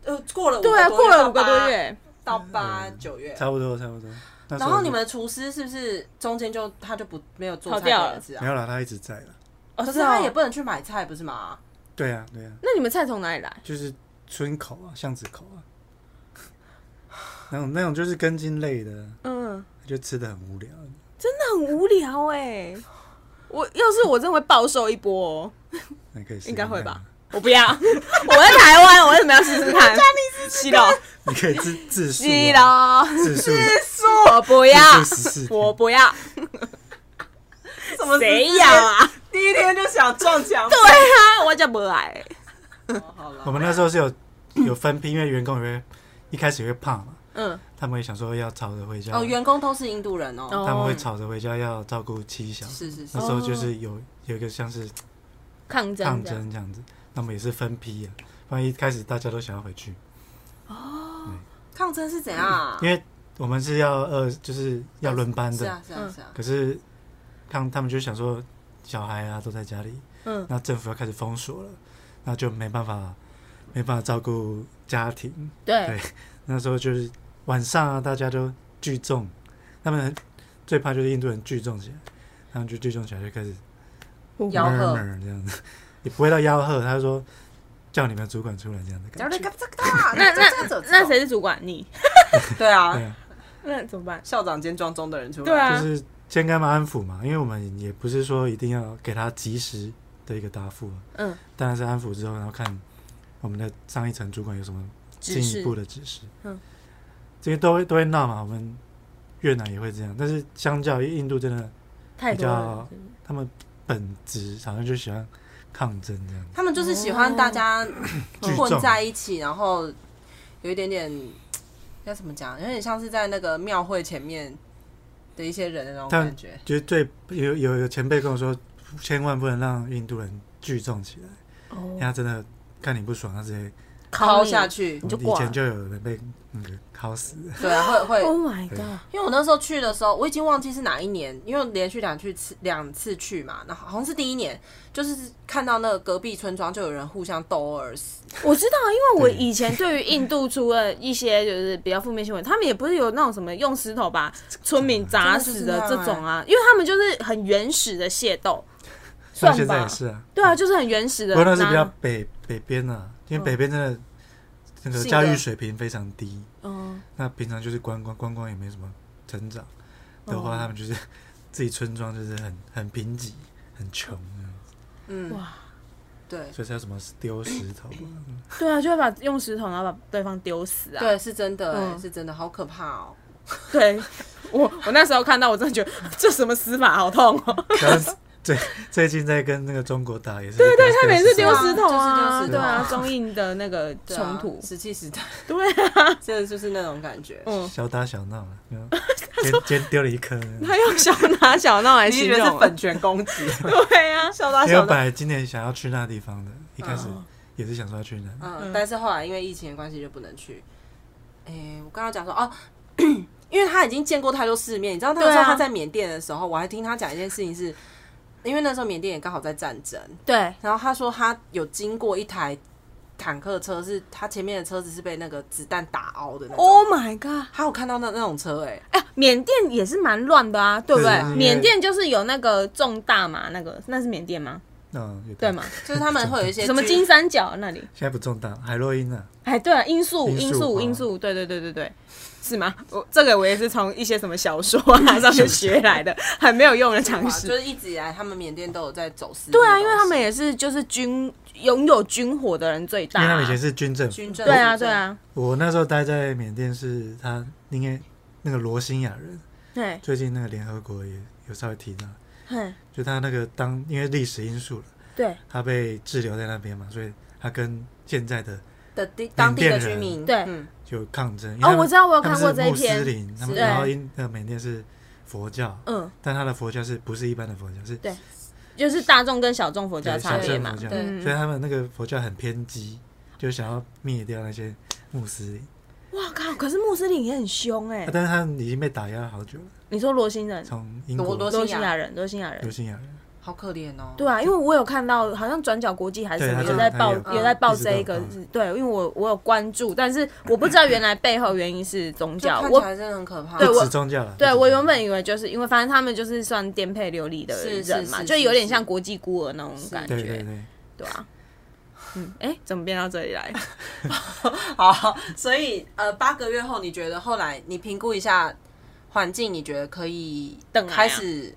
Speaker 2: 呃，过了五个
Speaker 3: 对啊，
Speaker 2: 多
Speaker 3: 过
Speaker 2: 月
Speaker 3: 了五个多月，
Speaker 2: 到八到八九月，
Speaker 1: 嗯差不多，差不多。那时
Speaker 2: 然
Speaker 1: 候
Speaker 2: 后你们的厨师是不是中间就他就不没有做
Speaker 3: 跑
Speaker 2: 菜给
Speaker 3: 掉
Speaker 2: 我
Speaker 3: 了
Speaker 2: 们吃
Speaker 1: 没
Speaker 2: 啊？
Speaker 1: 有啦，他一直在了。
Speaker 3: 哦，
Speaker 2: 可是
Speaker 3: 哦
Speaker 2: 他也不能去买菜，不是吗？
Speaker 1: 对啊，对啊，
Speaker 3: 那你们菜从哪里来？
Speaker 1: 就是村口啊，巷子口啊，那种那种就是根茎类的，
Speaker 3: 嗯，
Speaker 1: 就吃的很无聊。
Speaker 3: 真的很无聊哎、我要是我真的会暴瘦一波哦，
Speaker 1: 那可以试
Speaker 3: 应该会
Speaker 1: 试看啊
Speaker 3: 吧？我不要，我在台湾，我为什么要试试看？哦
Speaker 2: 那你是
Speaker 3: 西了，
Speaker 1: 你可以自自 述
Speaker 3: 西
Speaker 1: 啊，
Speaker 3: 了，
Speaker 1: 自述，
Speaker 3: 我不要，
Speaker 1: 自述十四天
Speaker 3: 我不 要，
Speaker 2: 什么
Speaker 3: 谁要啊？
Speaker 2: 第一天就想撞墙？
Speaker 3: 对啊，我就不来。
Speaker 2: 好了，
Speaker 1: 我们那时候是有有分批，因为员工也会一开始也会胖嘛，
Speaker 3: 嗯，
Speaker 1: 他们会想说要吵着回家，
Speaker 2: 哦，员工都是印度人哦。
Speaker 1: 他们会
Speaker 3: 哦
Speaker 1: 吵着回家要照顾妻小。
Speaker 2: 是是是
Speaker 1: 那，时候就是有有一个像是
Speaker 3: 抗争
Speaker 1: 抗
Speaker 3: 这样啊
Speaker 1: 争这样子，那么也是分批啊，万一开始大家都想要回去，
Speaker 2: 抗争是怎样啊？
Speaker 1: 因为我们是要呃就是要轮班
Speaker 2: 是
Speaker 1: 的，
Speaker 2: 啊是啊是啊，
Speaker 1: 可是看他们就想说小孩啊都在家里，
Speaker 3: 嗯，
Speaker 1: 那政府要开始封锁了，那就没办法没办法照顾家庭，
Speaker 3: 对
Speaker 1: 对，那时候就是晚上啊，大家都聚众，他们很最怕就是印度人聚众起来，他们就聚众起来就开始
Speaker 3: 嗯
Speaker 2: 吆喝
Speaker 1: murmur 这样子，也不会到吆喝，他就说叫你们主管出来这样的
Speaker 2: 那
Speaker 1: 感觉。
Speaker 2: 那
Speaker 3: 那那那谁是主管？你
Speaker 2: 对啊
Speaker 1: 对，啊，
Speaker 3: 那怎么办？
Speaker 2: 校长兼庄中的人出来。
Speaker 3: 对啊
Speaker 1: 就是先跟他们安抚嘛，因为我们也不是说一定要给他及时的一个答复啊，
Speaker 3: 嗯，
Speaker 1: 当然是安抚之后，然后看我们的上一层主管有什么进一步的指示。
Speaker 3: 嗯，
Speaker 1: 这些都会都会闹嘛，我们越南也会这样，但是相较于印度，真的
Speaker 3: 太多了，
Speaker 1: 比他们本质好像就喜欢抗争这样，
Speaker 2: 他们就是喜欢大家
Speaker 3: 哦
Speaker 1: 聚
Speaker 2: 混
Speaker 1: 众
Speaker 2: 在一起，然后有一点点要怎么讲，有点像是在那个庙会前面的一些人的那种
Speaker 1: 但
Speaker 2: 感觉。
Speaker 1: 就是最有有有前辈跟我说，千万不能让印度人聚众起来，因为
Speaker 3: 哦，
Speaker 1: 他真的看你不爽，他直接
Speaker 2: 敲下
Speaker 3: 去
Speaker 2: 去
Speaker 1: 我，
Speaker 3: 就
Speaker 1: 们以
Speaker 3: 挂了
Speaker 1: 前就有人被那个烤死，
Speaker 2: 对啊，会会，
Speaker 3: ，Oh my
Speaker 1: 对
Speaker 3: god，
Speaker 2: 因为我那时候去的时候，我已经忘记是哪一年，因为连续两去次两次去嘛，那好像是第一年，就是看到那个隔壁村庄就有人互相斗殴而死，
Speaker 3: 我知道，因为我
Speaker 1: 对
Speaker 3: 以前对于印度除了一些就是比较负面新闻，他们也不是有那种什么用石头把村民砸死的这种啊，因为他们就是很原始的械斗，
Speaker 1: 到
Speaker 3: 算
Speaker 1: 现在
Speaker 3: 吧
Speaker 1: 也，是啊，
Speaker 3: 对啊，嗯就是很原始
Speaker 1: 不
Speaker 3: 的
Speaker 1: 过那是比较
Speaker 3: 拿，
Speaker 1: 北北边啊，因为北边真的那个
Speaker 2: 性格
Speaker 1: 教育水平非常低，
Speaker 3: 嗯，
Speaker 1: 那平常就是观光观光也没什么成长的
Speaker 3: 嗯
Speaker 1: 话，他们就是 自己村庄就是很很贫瘠、很穷这样，
Speaker 2: 嗯，
Speaker 3: 哇，
Speaker 2: 对
Speaker 1: 所以才有什么丢石头啊。
Speaker 3: 对啊，就会把用石头然后把对方丢死啊，
Speaker 2: 对，是真的、欸
Speaker 3: 嗯
Speaker 2: 是真的，好可怕哦、
Speaker 3: 对，我我那时候看到我真的觉得这什么死法好痛哦，
Speaker 1: 然后最最近在跟那个中国打也是，对
Speaker 3: 对他每次丢石
Speaker 2: 就是
Speaker 3: 头
Speaker 2: 丢石头
Speaker 3: 对啊，中印的那个
Speaker 2: 对啊
Speaker 3: 冲突，
Speaker 2: 石器时代，
Speaker 3: 对啊，
Speaker 2: 真的就是那种感觉。
Speaker 3: 嗯，
Speaker 1: 小打小 闹了，然后今天今天丢了一颗，
Speaker 3: 他用小拿小闹来
Speaker 2: 你
Speaker 3: 形
Speaker 2: 觉得是
Speaker 3: 容，
Speaker 2: 粉拳攻击？
Speaker 3: 对啊，小嗯打
Speaker 1: 因为我本来今年想要去那地方的，一开始也是想说要去那，
Speaker 2: 嗯，但是后来因为疫情的关系就不能去。哎、我刚刚讲说哦。因为他已经见过太多世面，你知道那个时
Speaker 3: 对
Speaker 2: 候
Speaker 3: 啊
Speaker 2: 他在缅甸的时候，我还听他讲一件事情是，因为那时候缅甸也刚好在战争，
Speaker 3: 对，
Speaker 2: 然后他说他有经过一台坦克车，是他前面的车子是被那个子弹打凹的那种，
Speaker 3: Oh my god！
Speaker 2: 他有看到那那种车哎、
Speaker 3: 哎、缅甸也是蛮乱的啊，对不
Speaker 1: 对
Speaker 3: 对
Speaker 1: 是因？为
Speaker 3: 缅甸就是有那个种大麻，那个那是缅甸吗？
Speaker 1: 嗯，有
Speaker 3: 对吗？？
Speaker 2: 就是他们会有一些
Speaker 3: 什么
Speaker 2: 军
Speaker 3: 金三角那里？
Speaker 1: 现在不中弹，海洛因啊，
Speaker 3: 哎，对啊，罂粟，
Speaker 1: 罂
Speaker 3: 罂
Speaker 1: 粟
Speaker 3: 粟，
Speaker 1: 哦
Speaker 3: 罂粟，对对对对对，是吗？我这个我也是从一些什么小说啊上面学来的，很没有用的常
Speaker 2: 嘛
Speaker 3: 识
Speaker 2: 就。是一直以来他们缅甸都有在走私这种
Speaker 3: 对
Speaker 2: 东西。
Speaker 3: 啊，因为他们也是就是军拥有军火的人最
Speaker 1: 因
Speaker 3: 大、
Speaker 1: 为他们
Speaker 3: 啊
Speaker 1: 以。前是军政府，
Speaker 2: 军政
Speaker 3: 对啊，
Speaker 2: 军
Speaker 3: 对
Speaker 2: 政
Speaker 3: 啊，
Speaker 1: 我那时候待在缅甸是他应该那个罗兴亚人，
Speaker 3: 对，
Speaker 1: 最近那个联合国也有稍微提到，
Speaker 3: 嘿，
Speaker 1: 就他那个当因为历史因素了，
Speaker 3: 对
Speaker 1: 他被滞留在那边嘛，所以他跟现在的
Speaker 2: 的地当地的
Speaker 1: 缅甸
Speaker 2: 居
Speaker 1: 人
Speaker 2: 民，
Speaker 3: 对
Speaker 2: 嗯，
Speaker 1: 有抗争。因为
Speaker 3: 哦
Speaker 1: 他，们
Speaker 3: 我知道，我有
Speaker 1: 他们
Speaker 3: 看
Speaker 1: 是
Speaker 3: 过这一
Speaker 1: 穆斯
Speaker 3: 篇。
Speaker 1: 林，他们
Speaker 2: 是
Speaker 1: 然后因呃缅甸是佛教，
Speaker 3: 嗯，
Speaker 1: 但他的佛教是不是一般的佛教？是
Speaker 3: 对就是大众跟小众佛教
Speaker 1: 对
Speaker 3: 差
Speaker 1: 小
Speaker 3: 别
Speaker 1: 乘
Speaker 3: 嘛
Speaker 1: 佛。教，
Speaker 2: 对
Speaker 1: 所以他们那个佛教很偏激，就想要灭掉那些穆斯林。
Speaker 3: 哇靠！可是穆斯林也很凶哎、
Speaker 1: 啊但是他们已经被打压了好久了，
Speaker 3: 你说罗兴人、
Speaker 1: 从英
Speaker 2: 罗
Speaker 1: 国
Speaker 2: 罗
Speaker 3: 罗
Speaker 2: 兴
Speaker 3: 兴
Speaker 2: 亚
Speaker 3: 亚人、罗兴亚
Speaker 1: 罗
Speaker 3: 人，
Speaker 1: 兴亚人，
Speaker 2: 好可怜哦。
Speaker 3: 对啊，因为我有看到，好像转角国际还是什么
Speaker 1: 对
Speaker 3: 有在
Speaker 1: 他
Speaker 3: 报
Speaker 1: 他
Speaker 2: 有
Speaker 3: 有在报
Speaker 1: 一直
Speaker 3: 这一
Speaker 1: 都
Speaker 3: 个
Speaker 1: 有，
Speaker 3: 对，因为我我有关注，但是我不知道原来背后原因是宗
Speaker 2: 就
Speaker 3: 教。
Speaker 2: 看起
Speaker 3: 我
Speaker 2: 来真的很可怕。
Speaker 3: 对
Speaker 1: 不
Speaker 3: 我
Speaker 1: 止宗教了。
Speaker 3: 对
Speaker 1: 不止宗
Speaker 3: 我原
Speaker 1: 教
Speaker 3: 本以为就是因为反正他们就是算颠沛流离的
Speaker 2: 是是
Speaker 3: 人嘛，
Speaker 2: 是
Speaker 3: 就是有点
Speaker 2: 是
Speaker 3: 像国际孤儿那种感
Speaker 1: 对对
Speaker 3: 觉，
Speaker 1: 对，
Speaker 3: 对啊。嗯，哎，怎么变到这里来？
Speaker 2: 好， 所以呃，八个月后，你觉得后来你评估一下环境，你觉得可以
Speaker 3: 等来啊
Speaker 2: 开始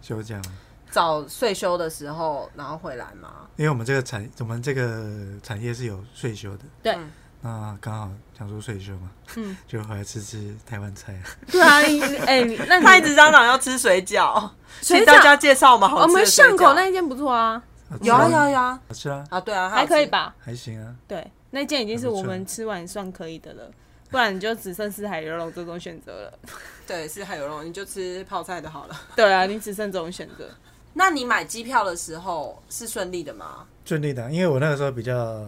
Speaker 1: 休假嘛。
Speaker 2: 找税休的时候，然后回来吗？
Speaker 1: 因为我们这个产，我们这个产业是有税休的，
Speaker 3: 对，
Speaker 1: 那刚好想说退休嘛，嗯， 就回来吃吃台湾 菜啊。
Speaker 3: 对啊，你哎、你那
Speaker 2: 他一
Speaker 3: 你
Speaker 2: 直嚷嚷要吃水饺，
Speaker 3: 水饺
Speaker 2: 请大家介绍嘛，好吃
Speaker 3: 我
Speaker 2: 的
Speaker 3: 们
Speaker 2: 水
Speaker 3: 巷口
Speaker 2: 饺
Speaker 3: 那一间不错啊，
Speaker 1: 好吃
Speaker 2: 有啊
Speaker 1: 啊
Speaker 2: 有啊有啊
Speaker 1: 好吃啊，
Speaker 2: 啊，对啊，
Speaker 3: 还可以
Speaker 2: 吧。
Speaker 3: 吧？
Speaker 1: 还行啊。
Speaker 3: 对，那件已经是
Speaker 1: 还不
Speaker 3: 我
Speaker 1: 错
Speaker 3: 们吃完算可以的了，不然你就只剩四海游龙这种选择了。
Speaker 2: 对，是海有肉，你就吃泡菜的好了。
Speaker 3: 对啊，你只剩这种选择。
Speaker 2: 那你买机票的时候是顺利的吗？
Speaker 1: 顺利的，因为我那个时候比较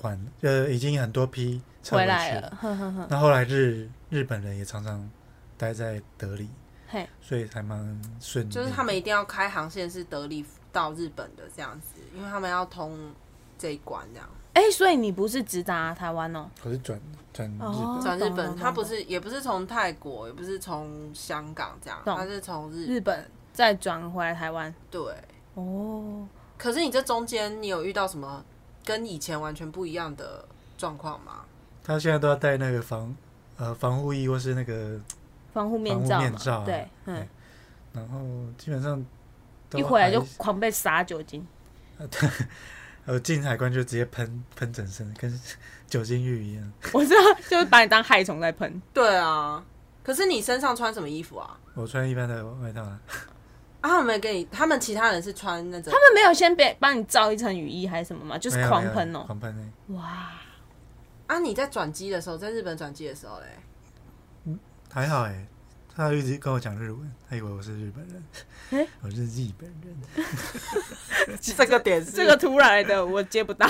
Speaker 1: 晚，呃，已经很多批撤
Speaker 3: 回
Speaker 1: 去
Speaker 3: 来了，。哼哼哼，
Speaker 1: 那后来日日本人也常常待在德里
Speaker 3: 嘿，
Speaker 1: 所以还蛮顺利的。
Speaker 2: 就是他们一定要开航线是德里到日本的这样子，因为他们要通这一关这样。
Speaker 3: 哎、所以你不是直达台湾哦、
Speaker 1: 我是转转日本，
Speaker 3: 哦
Speaker 2: 转日
Speaker 3: 懂懂
Speaker 2: 本，
Speaker 3: 懂
Speaker 2: 他不是也不是从泰国，也不是从香港这样，
Speaker 3: 懂
Speaker 2: 他是从日
Speaker 3: 日本再转回来台湾。
Speaker 2: 对，
Speaker 3: 哦，
Speaker 2: 可是你这中间你有遇到什么跟以前完全不一样的状况吗？
Speaker 1: 他现在都要戴那个防呃防护衣或是那个，
Speaker 3: 防护面
Speaker 1: 防护
Speaker 3: 罩嘛，
Speaker 1: 面罩啊
Speaker 3: 对，嗯，
Speaker 1: 然后基本上都
Speaker 3: 一回来就
Speaker 1: 还
Speaker 3: 狂被撒酒精，
Speaker 1: 呃进海关就直接喷喷整身，跟酒精浴一样。
Speaker 3: 我知道，就是把你当害虫在喷。
Speaker 2: 对啊，可是你身上穿什么衣服啊？
Speaker 1: 我穿一般的外套啊，
Speaker 2: 啊，他们没给你，他们其他人是穿那种
Speaker 3: 他，们没有先别帮你罩一层雨衣还是什么吗？就是
Speaker 1: 没有
Speaker 3: 狂
Speaker 1: 没有
Speaker 3: 喷哦、
Speaker 1: 狂喷、欸。
Speaker 3: 哇，
Speaker 2: 啊，你在转机的时候，在日本转机的时候嘞，
Speaker 1: 还好哎、他一直跟我讲日文，他以为我是日本人，
Speaker 3: 欸
Speaker 1: 我是日本人。
Speaker 2: 这个点是
Speaker 3: 这个突然来的我接不到。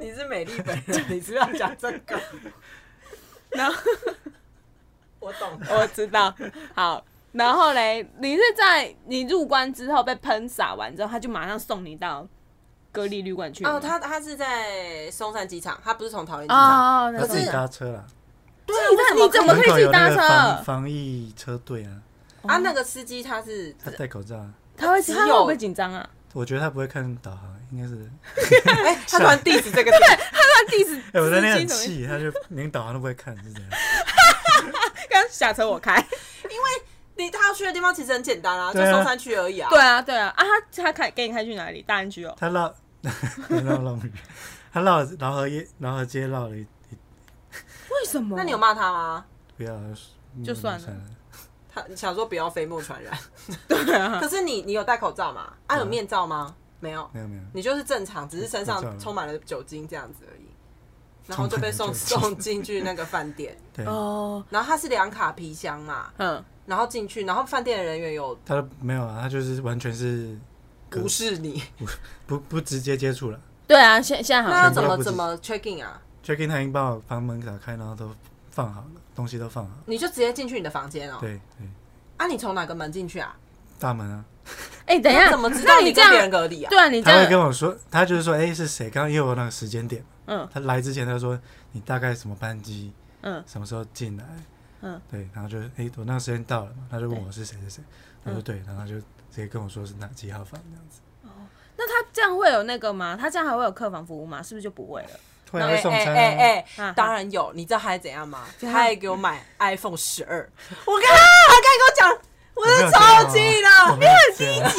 Speaker 2: 你是美丽 本人，你是要讲这个？
Speaker 3: 然后
Speaker 2: 我懂，
Speaker 3: 我知道，好。然后嘞，你是在你入关之后被喷洒完之后，他就马上送你到隔离旅馆去了吗
Speaker 2: 哦，他他是在松山机场，他不是从桃园机场。
Speaker 3: 哦，哦
Speaker 1: 他自己
Speaker 3: 那
Speaker 1: 搭车啦，
Speaker 2: 对
Speaker 3: 你在你啊怎
Speaker 2: 怎
Speaker 3: 么
Speaker 2: 么
Speaker 1: 门
Speaker 3: 可以
Speaker 1: 口
Speaker 3: 自己
Speaker 1: 有
Speaker 3: 搭
Speaker 1: 那
Speaker 3: 车啊
Speaker 1: 个防防疫车队啊，
Speaker 2: 啊？那个司机他是
Speaker 1: 他戴口罩啊，
Speaker 3: 他会
Speaker 2: 只
Speaker 3: 他会
Speaker 2: 有
Speaker 3: 不会紧张啊？
Speaker 1: 我觉得他不会看导航，应该 是。
Speaker 2: 哎，他突然 diss 这个点，
Speaker 3: 他第一次
Speaker 1: 哎、我那天很
Speaker 3: 司机怎么
Speaker 1: 气，他就连导航都不会看，是这样。
Speaker 3: 刚下车我开。
Speaker 2: 你他要去的地方其实很简单啊，就
Speaker 1: 对啊
Speaker 2: 松山区而已啊。
Speaker 3: 对，啊对啊啊，他他开给你开去哪里？大安区哦。
Speaker 1: 他绕绕龙鱼，他绕饶河街饶河街绕了一一
Speaker 3: 为什么
Speaker 2: 那你有？骂他吗？
Speaker 1: 不要嗯
Speaker 3: 就算了
Speaker 1: 了。
Speaker 2: 他想说不要飞沫传染，
Speaker 3: 对啊，
Speaker 2: 可是你你有戴口罩吗？啊，
Speaker 1: 有
Speaker 2: 有面罩吗？没有，
Speaker 1: 没有没有，
Speaker 2: 你就是正常，只是身
Speaker 1: 口罩
Speaker 2: 上
Speaker 1: 了
Speaker 2: 充满了酒精这样子而已。然后就被
Speaker 1: 充满
Speaker 2: 送
Speaker 1: 了酒精
Speaker 2: 送进去那个饭店，
Speaker 1: 对，
Speaker 3: 哦，
Speaker 2: 然后他是两卡皮箱嘛，
Speaker 3: 嗯，
Speaker 2: 然后进去，然后饭店的人员有
Speaker 1: 他没有啊，他就是完全是隔
Speaker 2: 无视你，
Speaker 1: 不不直接接触了。
Speaker 3: 对啊，现现在好
Speaker 2: 那要
Speaker 3: 像
Speaker 2: 怎
Speaker 1: 全部都
Speaker 2: 么
Speaker 1: 不
Speaker 2: 怎
Speaker 1: 是
Speaker 2: 么 check in 啊？
Speaker 1: check in 他已经把我房门打开，然后都放好了，东西都放好了。
Speaker 2: 你就直接进去你的房间哦。
Speaker 1: 对对，
Speaker 2: 啊，你从哪个门进去啊？
Speaker 1: 大门啊，
Speaker 3: 哎，等一下，
Speaker 2: 怎么知
Speaker 3: 那
Speaker 2: 道
Speaker 3: 你
Speaker 2: 你
Speaker 3: 这
Speaker 2: 跟别人
Speaker 3: 样？
Speaker 2: 隔离啊？
Speaker 3: 对啊，你这
Speaker 1: 他会跟
Speaker 3: 样，
Speaker 1: 我说，他就是说，哎、是谁？刚刚因为我那个时间点，
Speaker 3: 嗯
Speaker 1: 他来之前他说你大概什么班机，
Speaker 3: 嗯，
Speaker 1: 什么时候进来，
Speaker 3: 嗯，
Speaker 1: 对，然后就哎、我那个时间到了嘛，他就问我是谁谁谁，我说对，然后他就直接跟我说是哪几号房这样子。
Speaker 3: 那他这样会有那个吗？他这样还会有客房服务吗？是不是就不会了？
Speaker 1: 会来送餐、啊，
Speaker 2: 哎
Speaker 3: 啊
Speaker 2: 哎，当然有，你知道他还怎样吗？他还给我买 iPhone 十二，
Speaker 3: 我刚他刚跟我讲
Speaker 2: 我真的超级
Speaker 1: 啊我
Speaker 2: 的。
Speaker 1: 没有这样啊，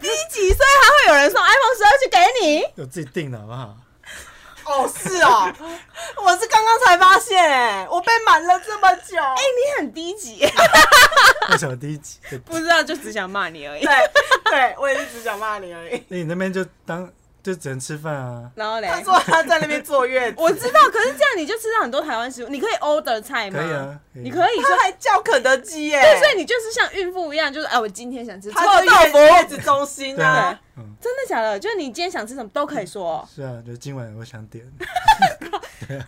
Speaker 3: 低级，所以还会有人送 iPhone 十二去给你。
Speaker 1: 我自己订的好不好？
Speaker 2: 哦，是哦，我是刚刚才发现，哎，我被瞒了这么久。
Speaker 3: 哎、你很低级，
Speaker 1: 为什么第一集？对
Speaker 3: 不知道就只想骂你而已。
Speaker 2: 对对，我也是只想骂你而已。
Speaker 1: 那你那边就当就只能吃饭啊，
Speaker 3: 然后嘞，
Speaker 2: 他说他在那边坐月 子，
Speaker 3: 我知道，可是这样你就吃到很多台湾食物，你可以 order 菜吗？
Speaker 1: 可以啊可以
Speaker 3: 你可以说
Speaker 2: 他，还叫肯德基耶，
Speaker 3: 对，所以你就是像孕妇一样，就是哎，我今天想吃臭
Speaker 2: 他
Speaker 3: 豆
Speaker 2: 在
Speaker 3: 腐，
Speaker 2: 月子中心
Speaker 1: 对
Speaker 2: 啊
Speaker 1: 啊。，嗯，
Speaker 3: 真的假的？就是你今天想吃什么都可以说 哦
Speaker 1: 是啊，就今晚我想点，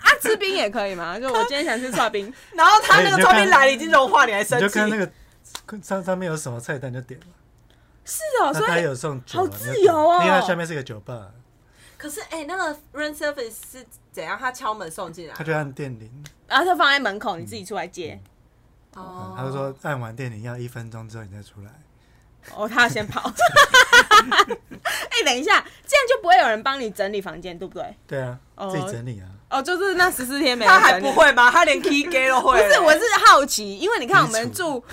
Speaker 3: 啊，吃冰也可以吗？就我今天想吃刨 冰，
Speaker 2: 然后他那个照片来了已经融化，你还生
Speaker 1: 你就
Speaker 2: 气？
Speaker 1: 看那个上上面有什么菜单就点了。
Speaker 3: 是哦，
Speaker 1: 那
Speaker 3: 所
Speaker 1: 他
Speaker 3: 以
Speaker 1: 有送酒啊，
Speaker 3: 好
Speaker 1: 你就
Speaker 3: 自
Speaker 1: 点
Speaker 3: 由哦
Speaker 1: 因为它下面是个酒吧，
Speaker 2: 可是哎、那个 room service 是怎样？他敲门送进来
Speaker 1: 他就按电铃，
Speaker 3: 然后就啊放在门口，你自己出来接。
Speaker 1: 嗯
Speaker 2: 哦
Speaker 1: 他就说按完电铃要一分钟之后你再出来。
Speaker 3: 哦，他要先 跑。哎、等一下，这样就不会有人帮你整理房间，对不对？
Speaker 1: 对啊，
Speaker 3: 哦
Speaker 1: 自己整理啊。
Speaker 3: 哦，就是那十四天没人
Speaker 2: 他还
Speaker 3: 整理
Speaker 2: 不会吗？他连 key gay 都会
Speaker 3: 不
Speaker 2: 了。
Speaker 3: 是，我是好奇，因为你看我
Speaker 1: 基础
Speaker 3: 们住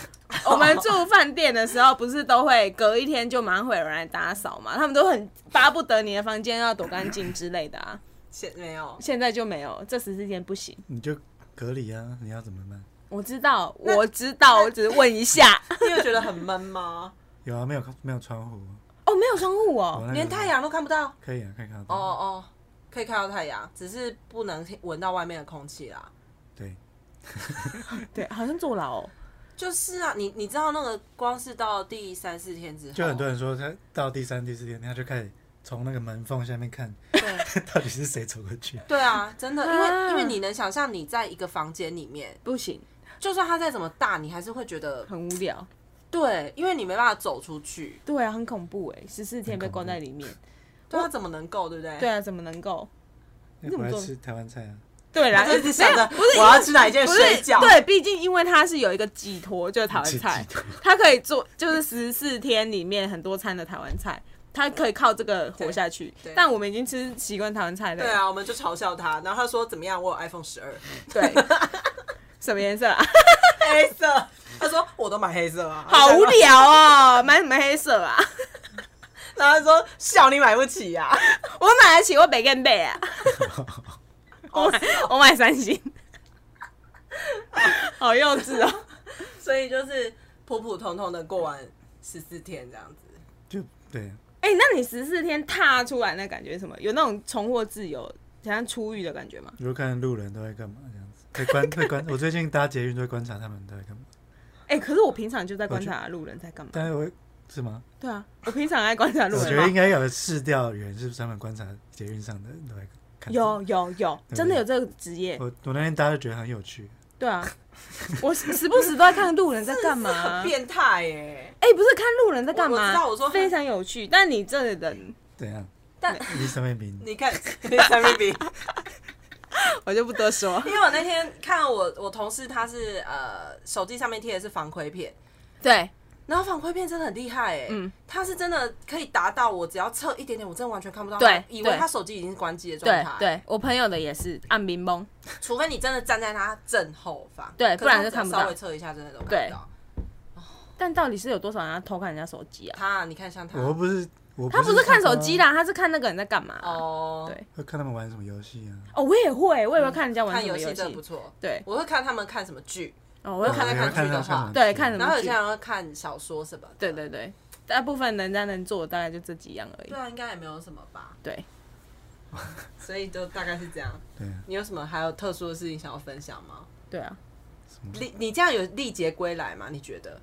Speaker 3: 我们住饭店的时候，不是都会隔一天就马上会有人来打扫嘛？他们都很巴不得你的房间要多干净之类的啊。
Speaker 2: 现 没有，
Speaker 3: 现在就没有，这十四天不行。
Speaker 1: 你就隔离啊，你要怎么办？
Speaker 3: 我知道，我知道，我只是问一下。
Speaker 2: 你有觉得很闷吗？
Speaker 1: 有啊，没有没有窗户，
Speaker 3: 哦，没有窗户
Speaker 1: 我
Speaker 3: 哦，
Speaker 1: 那个
Speaker 2: 连太阳都看不到。
Speaker 1: 可以啊，可以看得
Speaker 2: 哦
Speaker 1: 到。
Speaker 2: 哦，哦，可以看到太阳，只是不能闻到外面的空气啦。
Speaker 1: 对，
Speaker 3: 对，好像坐牢、哦。
Speaker 2: 就是啊，你你知道那个光是到第三四天之后，
Speaker 1: 就很多人
Speaker 3: 哦
Speaker 1: 说他到第三、第四天，他就开始从那个门缝下面看， 到底是谁走过去。
Speaker 2: 对啊，真的，因为
Speaker 3: 啊
Speaker 2: 因为你能想象你在一个房间里面，
Speaker 3: 不行，
Speaker 2: 就算它再怎么大，你还是会觉得
Speaker 3: 很无聊。
Speaker 2: 对，因为你没办法走出去，
Speaker 3: 对啊，很恐怖哎，十四天被
Speaker 1: 很恐怖
Speaker 3: 关在里面。
Speaker 2: 对它怎么能够，对不对？
Speaker 3: 对，啊，怎么能够？
Speaker 1: 那
Speaker 3: 怎
Speaker 1: 我
Speaker 3: 么
Speaker 1: 要
Speaker 3: 做
Speaker 1: 吃台湾菜啊，
Speaker 3: 对啦，
Speaker 2: 我就一直想着
Speaker 3: 没有不是
Speaker 2: 我要吃哪一件
Speaker 3: 不是
Speaker 2: 水饺，
Speaker 3: 对，毕竟因为它是有一个寄托，就是台湾菜
Speaker 1: 寄托，
Speaker 3: 它可以做，就是十四天里面很多餐的台湾菜，它可以靠这个活下去
Speaker 2: 对对。
Speaker 3: 但我们已经吃习惯台湾菜了，
Speaker 2: 对，啊，我们就嘲笑他，然后他说怎么样，我有 iPhone 十 二
Speaker 3: 对，什么颜色啊？
Speaker 2: 黑色，他说我都买黑色啊，
Speaker 3: 好
Speaker 2: 我
Speaker 3: 无
Speaker 2: 想说，
Speaker 3: 聊哦，买什么黑色啊？
Speaker 2: 然后他说笑你买不起啊，
Speaker 3: 我买得起，我北干贝啊，我买 我买三星， 好幼稚哦。
Speaker 2: 所以就是普普通通的过完十四天这样子。
Speaker 1: 就对啊，
Speaker 3: 哎、那你十四天踏出来那感觉是什么？有那种重获自由、想像出狱的感觉吗？
Speaker 1: 如果看路人都在干嘛这样子，会观会观。我最近搭捷运都会观察他们都在干嘛，
Speaker 3: 哎、可是我平常就在观察路人在干嘛。
Speaker 1: 但是我是吗？
Speaker 3: 对啊，我平常在观察路
Speaker 1: 我觉
Speaker 3: 人
Speaker 1: 得应
Speaker 3: 嘛。
Speaker 1: 该有试调员，是不是他们观察捷运上的人都在看？
Speaker 3: 有有有，
Speaker 1: 对
Speaker 3: 真的有这个职业。
Speaker 1: 我我那天搭就觉得很有趣，
Speaker 3: 对啊，我时时不时都在看路人在干嘛、
Speaker 2: 很变态耶、
Speaker 3: 哎、不是看路人在干嘛？
Speaker 2: 我我知道我说
Speaker 3: 非常有趣。但你这个人，
Speaker 1: 怎样？
Speaker 2: 但
Speaker 1: 你什么名？
Speaker 2: 你看 三米比，
Speaker 3: 我就不多说。
Speaker 2: 因为我那天看我我同事他是呃手机上面贴的是防窥片，
Speaker 3: 对，
Speaker 2: 然后防窥片真的很厉害哎、
Speaker 3: 嗯
Speaker 2: 他是真的可以达到我只要侧一点点，我真的完全看不到他，
Speaker 3: 对
Speaker 2: 以为
Speaker 3: 对
Speaker 2: 他手机已经是关机的状
Speaker 3: 对
Speaker 2: 态，，
Speaker 3: 对，我朋友的也是按民蒙，
Speaker 2: 除非你真的站在他正后方，
Speaker 3: 对
Speaker 2: 可是
Speaker 3: 不然
Speaker 2: 他
Speaker 3: 就
Speaker 2: 只
Speaker 3: 看不
Speaker 2: 稍
Speaker 3: 到
Speaker 2: 微侧一下真的都看
Speaker 3: 对
Speaker 2: 不到。
Speaker 3: 但到底是有多少人要偷看人家手机啊？
Speaker 2: 他啊你看像他
Speaker 1: 我又不是我
Speaker 3: 他不是看手机
Speaker 1: 啦，
Speaker 3: 啦，他是看那个人在干嘛、
Speaker 2: 哦，
Speaker 3: 对
Speaker 1: 会看他们玩什么游戏啊？
Speaker 3: 哦，我也会，我也会看人家玩
Speaker 2: 嗯看
Speaker 3: 什么
Speaker 2: 游戏
Speaker 3: 戏
Speaker 2: 真的。不错，嗯
Speaker 3: 对，
Speaker 2: 我会看他们看什么剧，
Speaker 3: 哦，我会
Speaker 1: 哦
Speaker 3: 看
Speaker 2: 来
Speaker 1: 也
Speaker 2: 看
Speaker 1: 会
Speaker 2: 去
Speaker 1: 看
Speaker 2: 的
Speaker 1: 他看
Speaker 2: 话
Speaker 1: 什么
Speaker 3: 对
Speaker 1: 剧
Speaker 3: 看什么
Speaker 2: 然后有
Speaker 3: 剧
Speaker 2: 些人会看小说什么的，
Speaker 3: 对对对，大部分人家能做的大概就这几样而已
Speaker 2: 对。啊，应该也没有什么吧，
Speaker 3: 对，
Speaker 2: 所以就大概是这样。
Speaker 1: 对啊，
Speaker 2: 你有什么还有特殊的事情想要分享吗？
Speaker 3: 对啊，
Speaker 1: 什么？
Speaker 2: 历你这样有历劫归来吗？你觉得？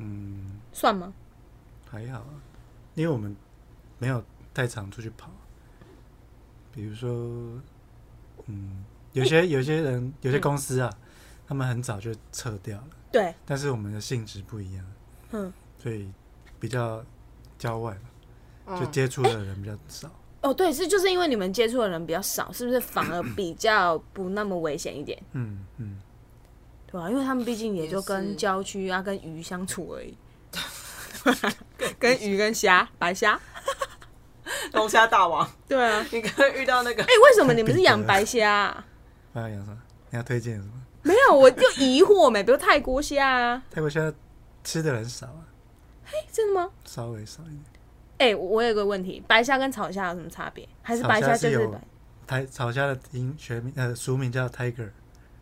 Speaker 1: 嗯，
Speaker 3: 算吗？
Speaker 1: 还好啊，因为我们没有太常出去跑，比如说，嗯，有些有些人有
Speaker 3: 嗯
Speaker 1: 些公司啊，他们很早就撤掉了，
Speaker 3: 对，
Speaker 1: 但是我们的性质不一样，
Speaker 3: 嗯，
Speaker 1: 所以比较郊外嘛，就
Speaker 2: 嗯，
Speaker 1: 接触的人比较少。
Speaker 3: 哦，对，是就是因为你们接触的人比较少，是不是反而比较不那么危险一点？
Speaker 1: 嗯嗯，
Speaker 3: 对啊，因为他们毕竟也
Speaker 2: 也
Speaker 3: 就跟
Speaker 2: 是
Speaker 3: 郊区啊、跟鱼相处而已， 跟鱼跟虾、白虾。
Speaker 2: 龙虾大王，
Speaker 3: 对啊，
Speaker 2: 你刚刚遇到那个
Speaker 3: 哎、为什么你们是养白虾、啊？
Speaker 1: 还有讲什么？你要推荐什么？
Speaker 3: 没有，我就疑惑没，比如泰国虾啊，
Speaker 1: 泰国现在吃的人少啊，
Speaker 3: 哎真的吗？
Speaker 1: 稍微少一点。
Speaker 3: 哎、我有个问题，白虾跟草虾有什么差别？还是
Speaker 1: 草
Speaker 3: 白
Speaker 1: 虾
Speaker 3: 虾
Speaker 1: 是
Speaker 3: 就是
Speaker 1: 有
Speaker 3: 白？
Speaker 1: 台草虾的英学名呃俗名叫 tiger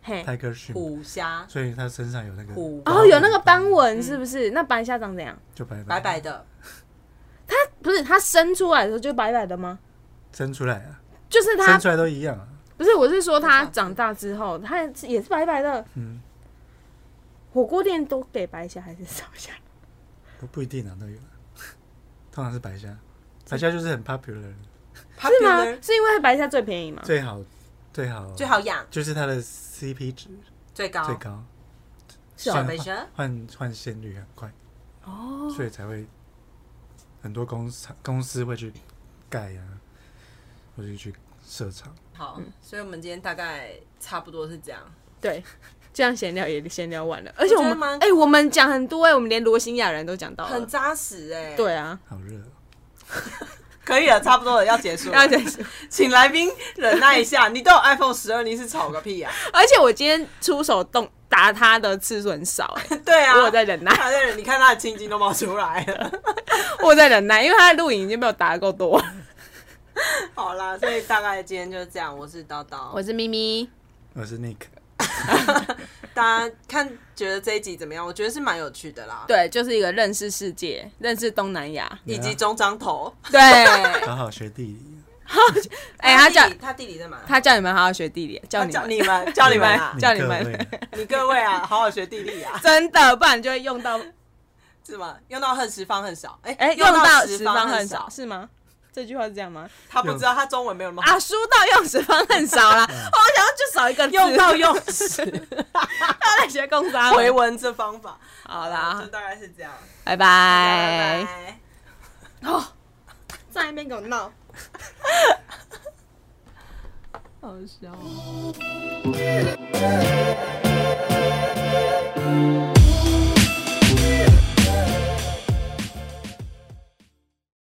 Speaker 3: 嘿，
Speaker 1: tiger shrimp，
Speaker 2: 虎虾，
Speaker 1: 所以它身上有那个
Speaker 2: 虎
Speaker 1: 斑
Speaker 3: 哦，有那个斑
Speaker 1: 纹，嗯
Speaker 3: 纹是不是？那白虾长怎样？
Speaker 1: 就白
Speaker 2: 白白
Speaker 1: 的
Speaker 2: 的，
Speaker 3: 不是它生出来的时候就白白的吗？
Speaker 1: 生出来啊，
Speaker 3: 就是它
Speaker 1: 生出来都一样啊。
Speaker 3: 不是，我是说它长大之后，它也是白白的。
Speaker 1: 嗯，
Speaker 3: 火锅店都给白虾还是草虾？
Speaker 1: 不不一定啊，都有啊。 通常是白虾，白虾就是很 popular，的
Speaker 2: 嗯啊
Speaker 3: 是吗
Speaker 2: Popular，？
Speaker 3: 是因为白虾最便宜吗？
Speaker 1: 最好最好
Speaker 2: 最好养，
Speaker 1: 就是它的 CP 值
Speaker 2: 最高
Speaker 1: 最高，嗯
Speaker 3: 是哦
Speaker 1: 换
Speaker 2: 白虾
Speaker 1: 换换现率很快，
Speaker 3: 哦，
Speaker 1: 所以才会很多公司公司会去盖啊，或者去设厂。
Speaker 2: 好，所以我们今天大概差不多是这样。
Speaker 3: 对，这样闲聊也闲聊完了，而且我
Speaker 2: 我觉得蛮
Speaker 3: 们哎、我们讲很多哎、我们连罗兴亚人都讲到
Speaker 2: 很
Speaker 3: 了。
Speaker 2: 扎实哎、欸，，
Speaker 3: 对啊，
Speaker 1: 好热哦、
Speaker 2: 可以了，差不多了，要结束了。
Speaker 3: 要讲什么
Speaker 2: 请来宾忍耐一下， 你都有 iPhone 十二，你是吵个屁呀、啊
Speaker 3: 而且我今天出手动打他的次数很少、哎，
Speaker 2: 对啊，
Speaker 3: 我有在忍耐，
Speaker 2: 他在忍，你看他的青筋都冒出来了。
Speaker 3: 我有在忍耐，因为他的录影已经被我打得够多了。
Speaker 2: 好啦，所以大概今天就是这样。我是叨叨，
Speaker 3: 我是咪咪，
Speaker 1: 我是 Nick。
Speaker 2: 大家看觉得这一集怎么样？我觉得是蛮有趣的啦，
Speaker 3: 对，就是一个认识世界、认识东南 亚，
Speaker 2: 以及中张头。
Speaker 3: 对，
Speaker 1: 好好学地理，
Speaker 3: 哎、他叫
Speaker 2: 弟弟他弟弟在哪？
Speaker 3: 他叫你们好好学地理，叫
Speaker 2: 他
Speaker 3: 你
Speaker 2: 叫
Speaker 3: 们，
Speaker 2: 你们，叫你们啊，
Speaker 3: 叫你
Speaker 1: 各
Speaker 3: 们
Speaker 1: 位
Speaker 2: 你各位啊，好好学地理啊，
Speaker 3: 真的，不然就会用到，
Speaker 2: 是吗？用到恨十方恨少，哎、
Speaker 3: 哎、
Speaker 2: 用
Speaker 3: 到
Speaker 2: 十
Speaker 3: 方
Speaker 2: 恨
Speaker 3: 少，。是吗？这句话是这样吗？
Speaker 2: 他不知道他中文没有那么好，
Speaker 3: 啊，输到用十方恨少 啦，我想要就少一个字
Speaker 2: 用到用十，
Speaker 3: 他在学工商
Speaker 2: 回文这方法。
Speaker 3: 好
Speaker 2: 啊，
Speaker 3: 啦
Speaker 2: 就，大概是这样。
Speaker 3: 拜
Speaker 2: 拜
Speaker 3: 拜。
Speaker 2: 拜。
Speaker 3: 哦，在那边给我 闹，哦好笑。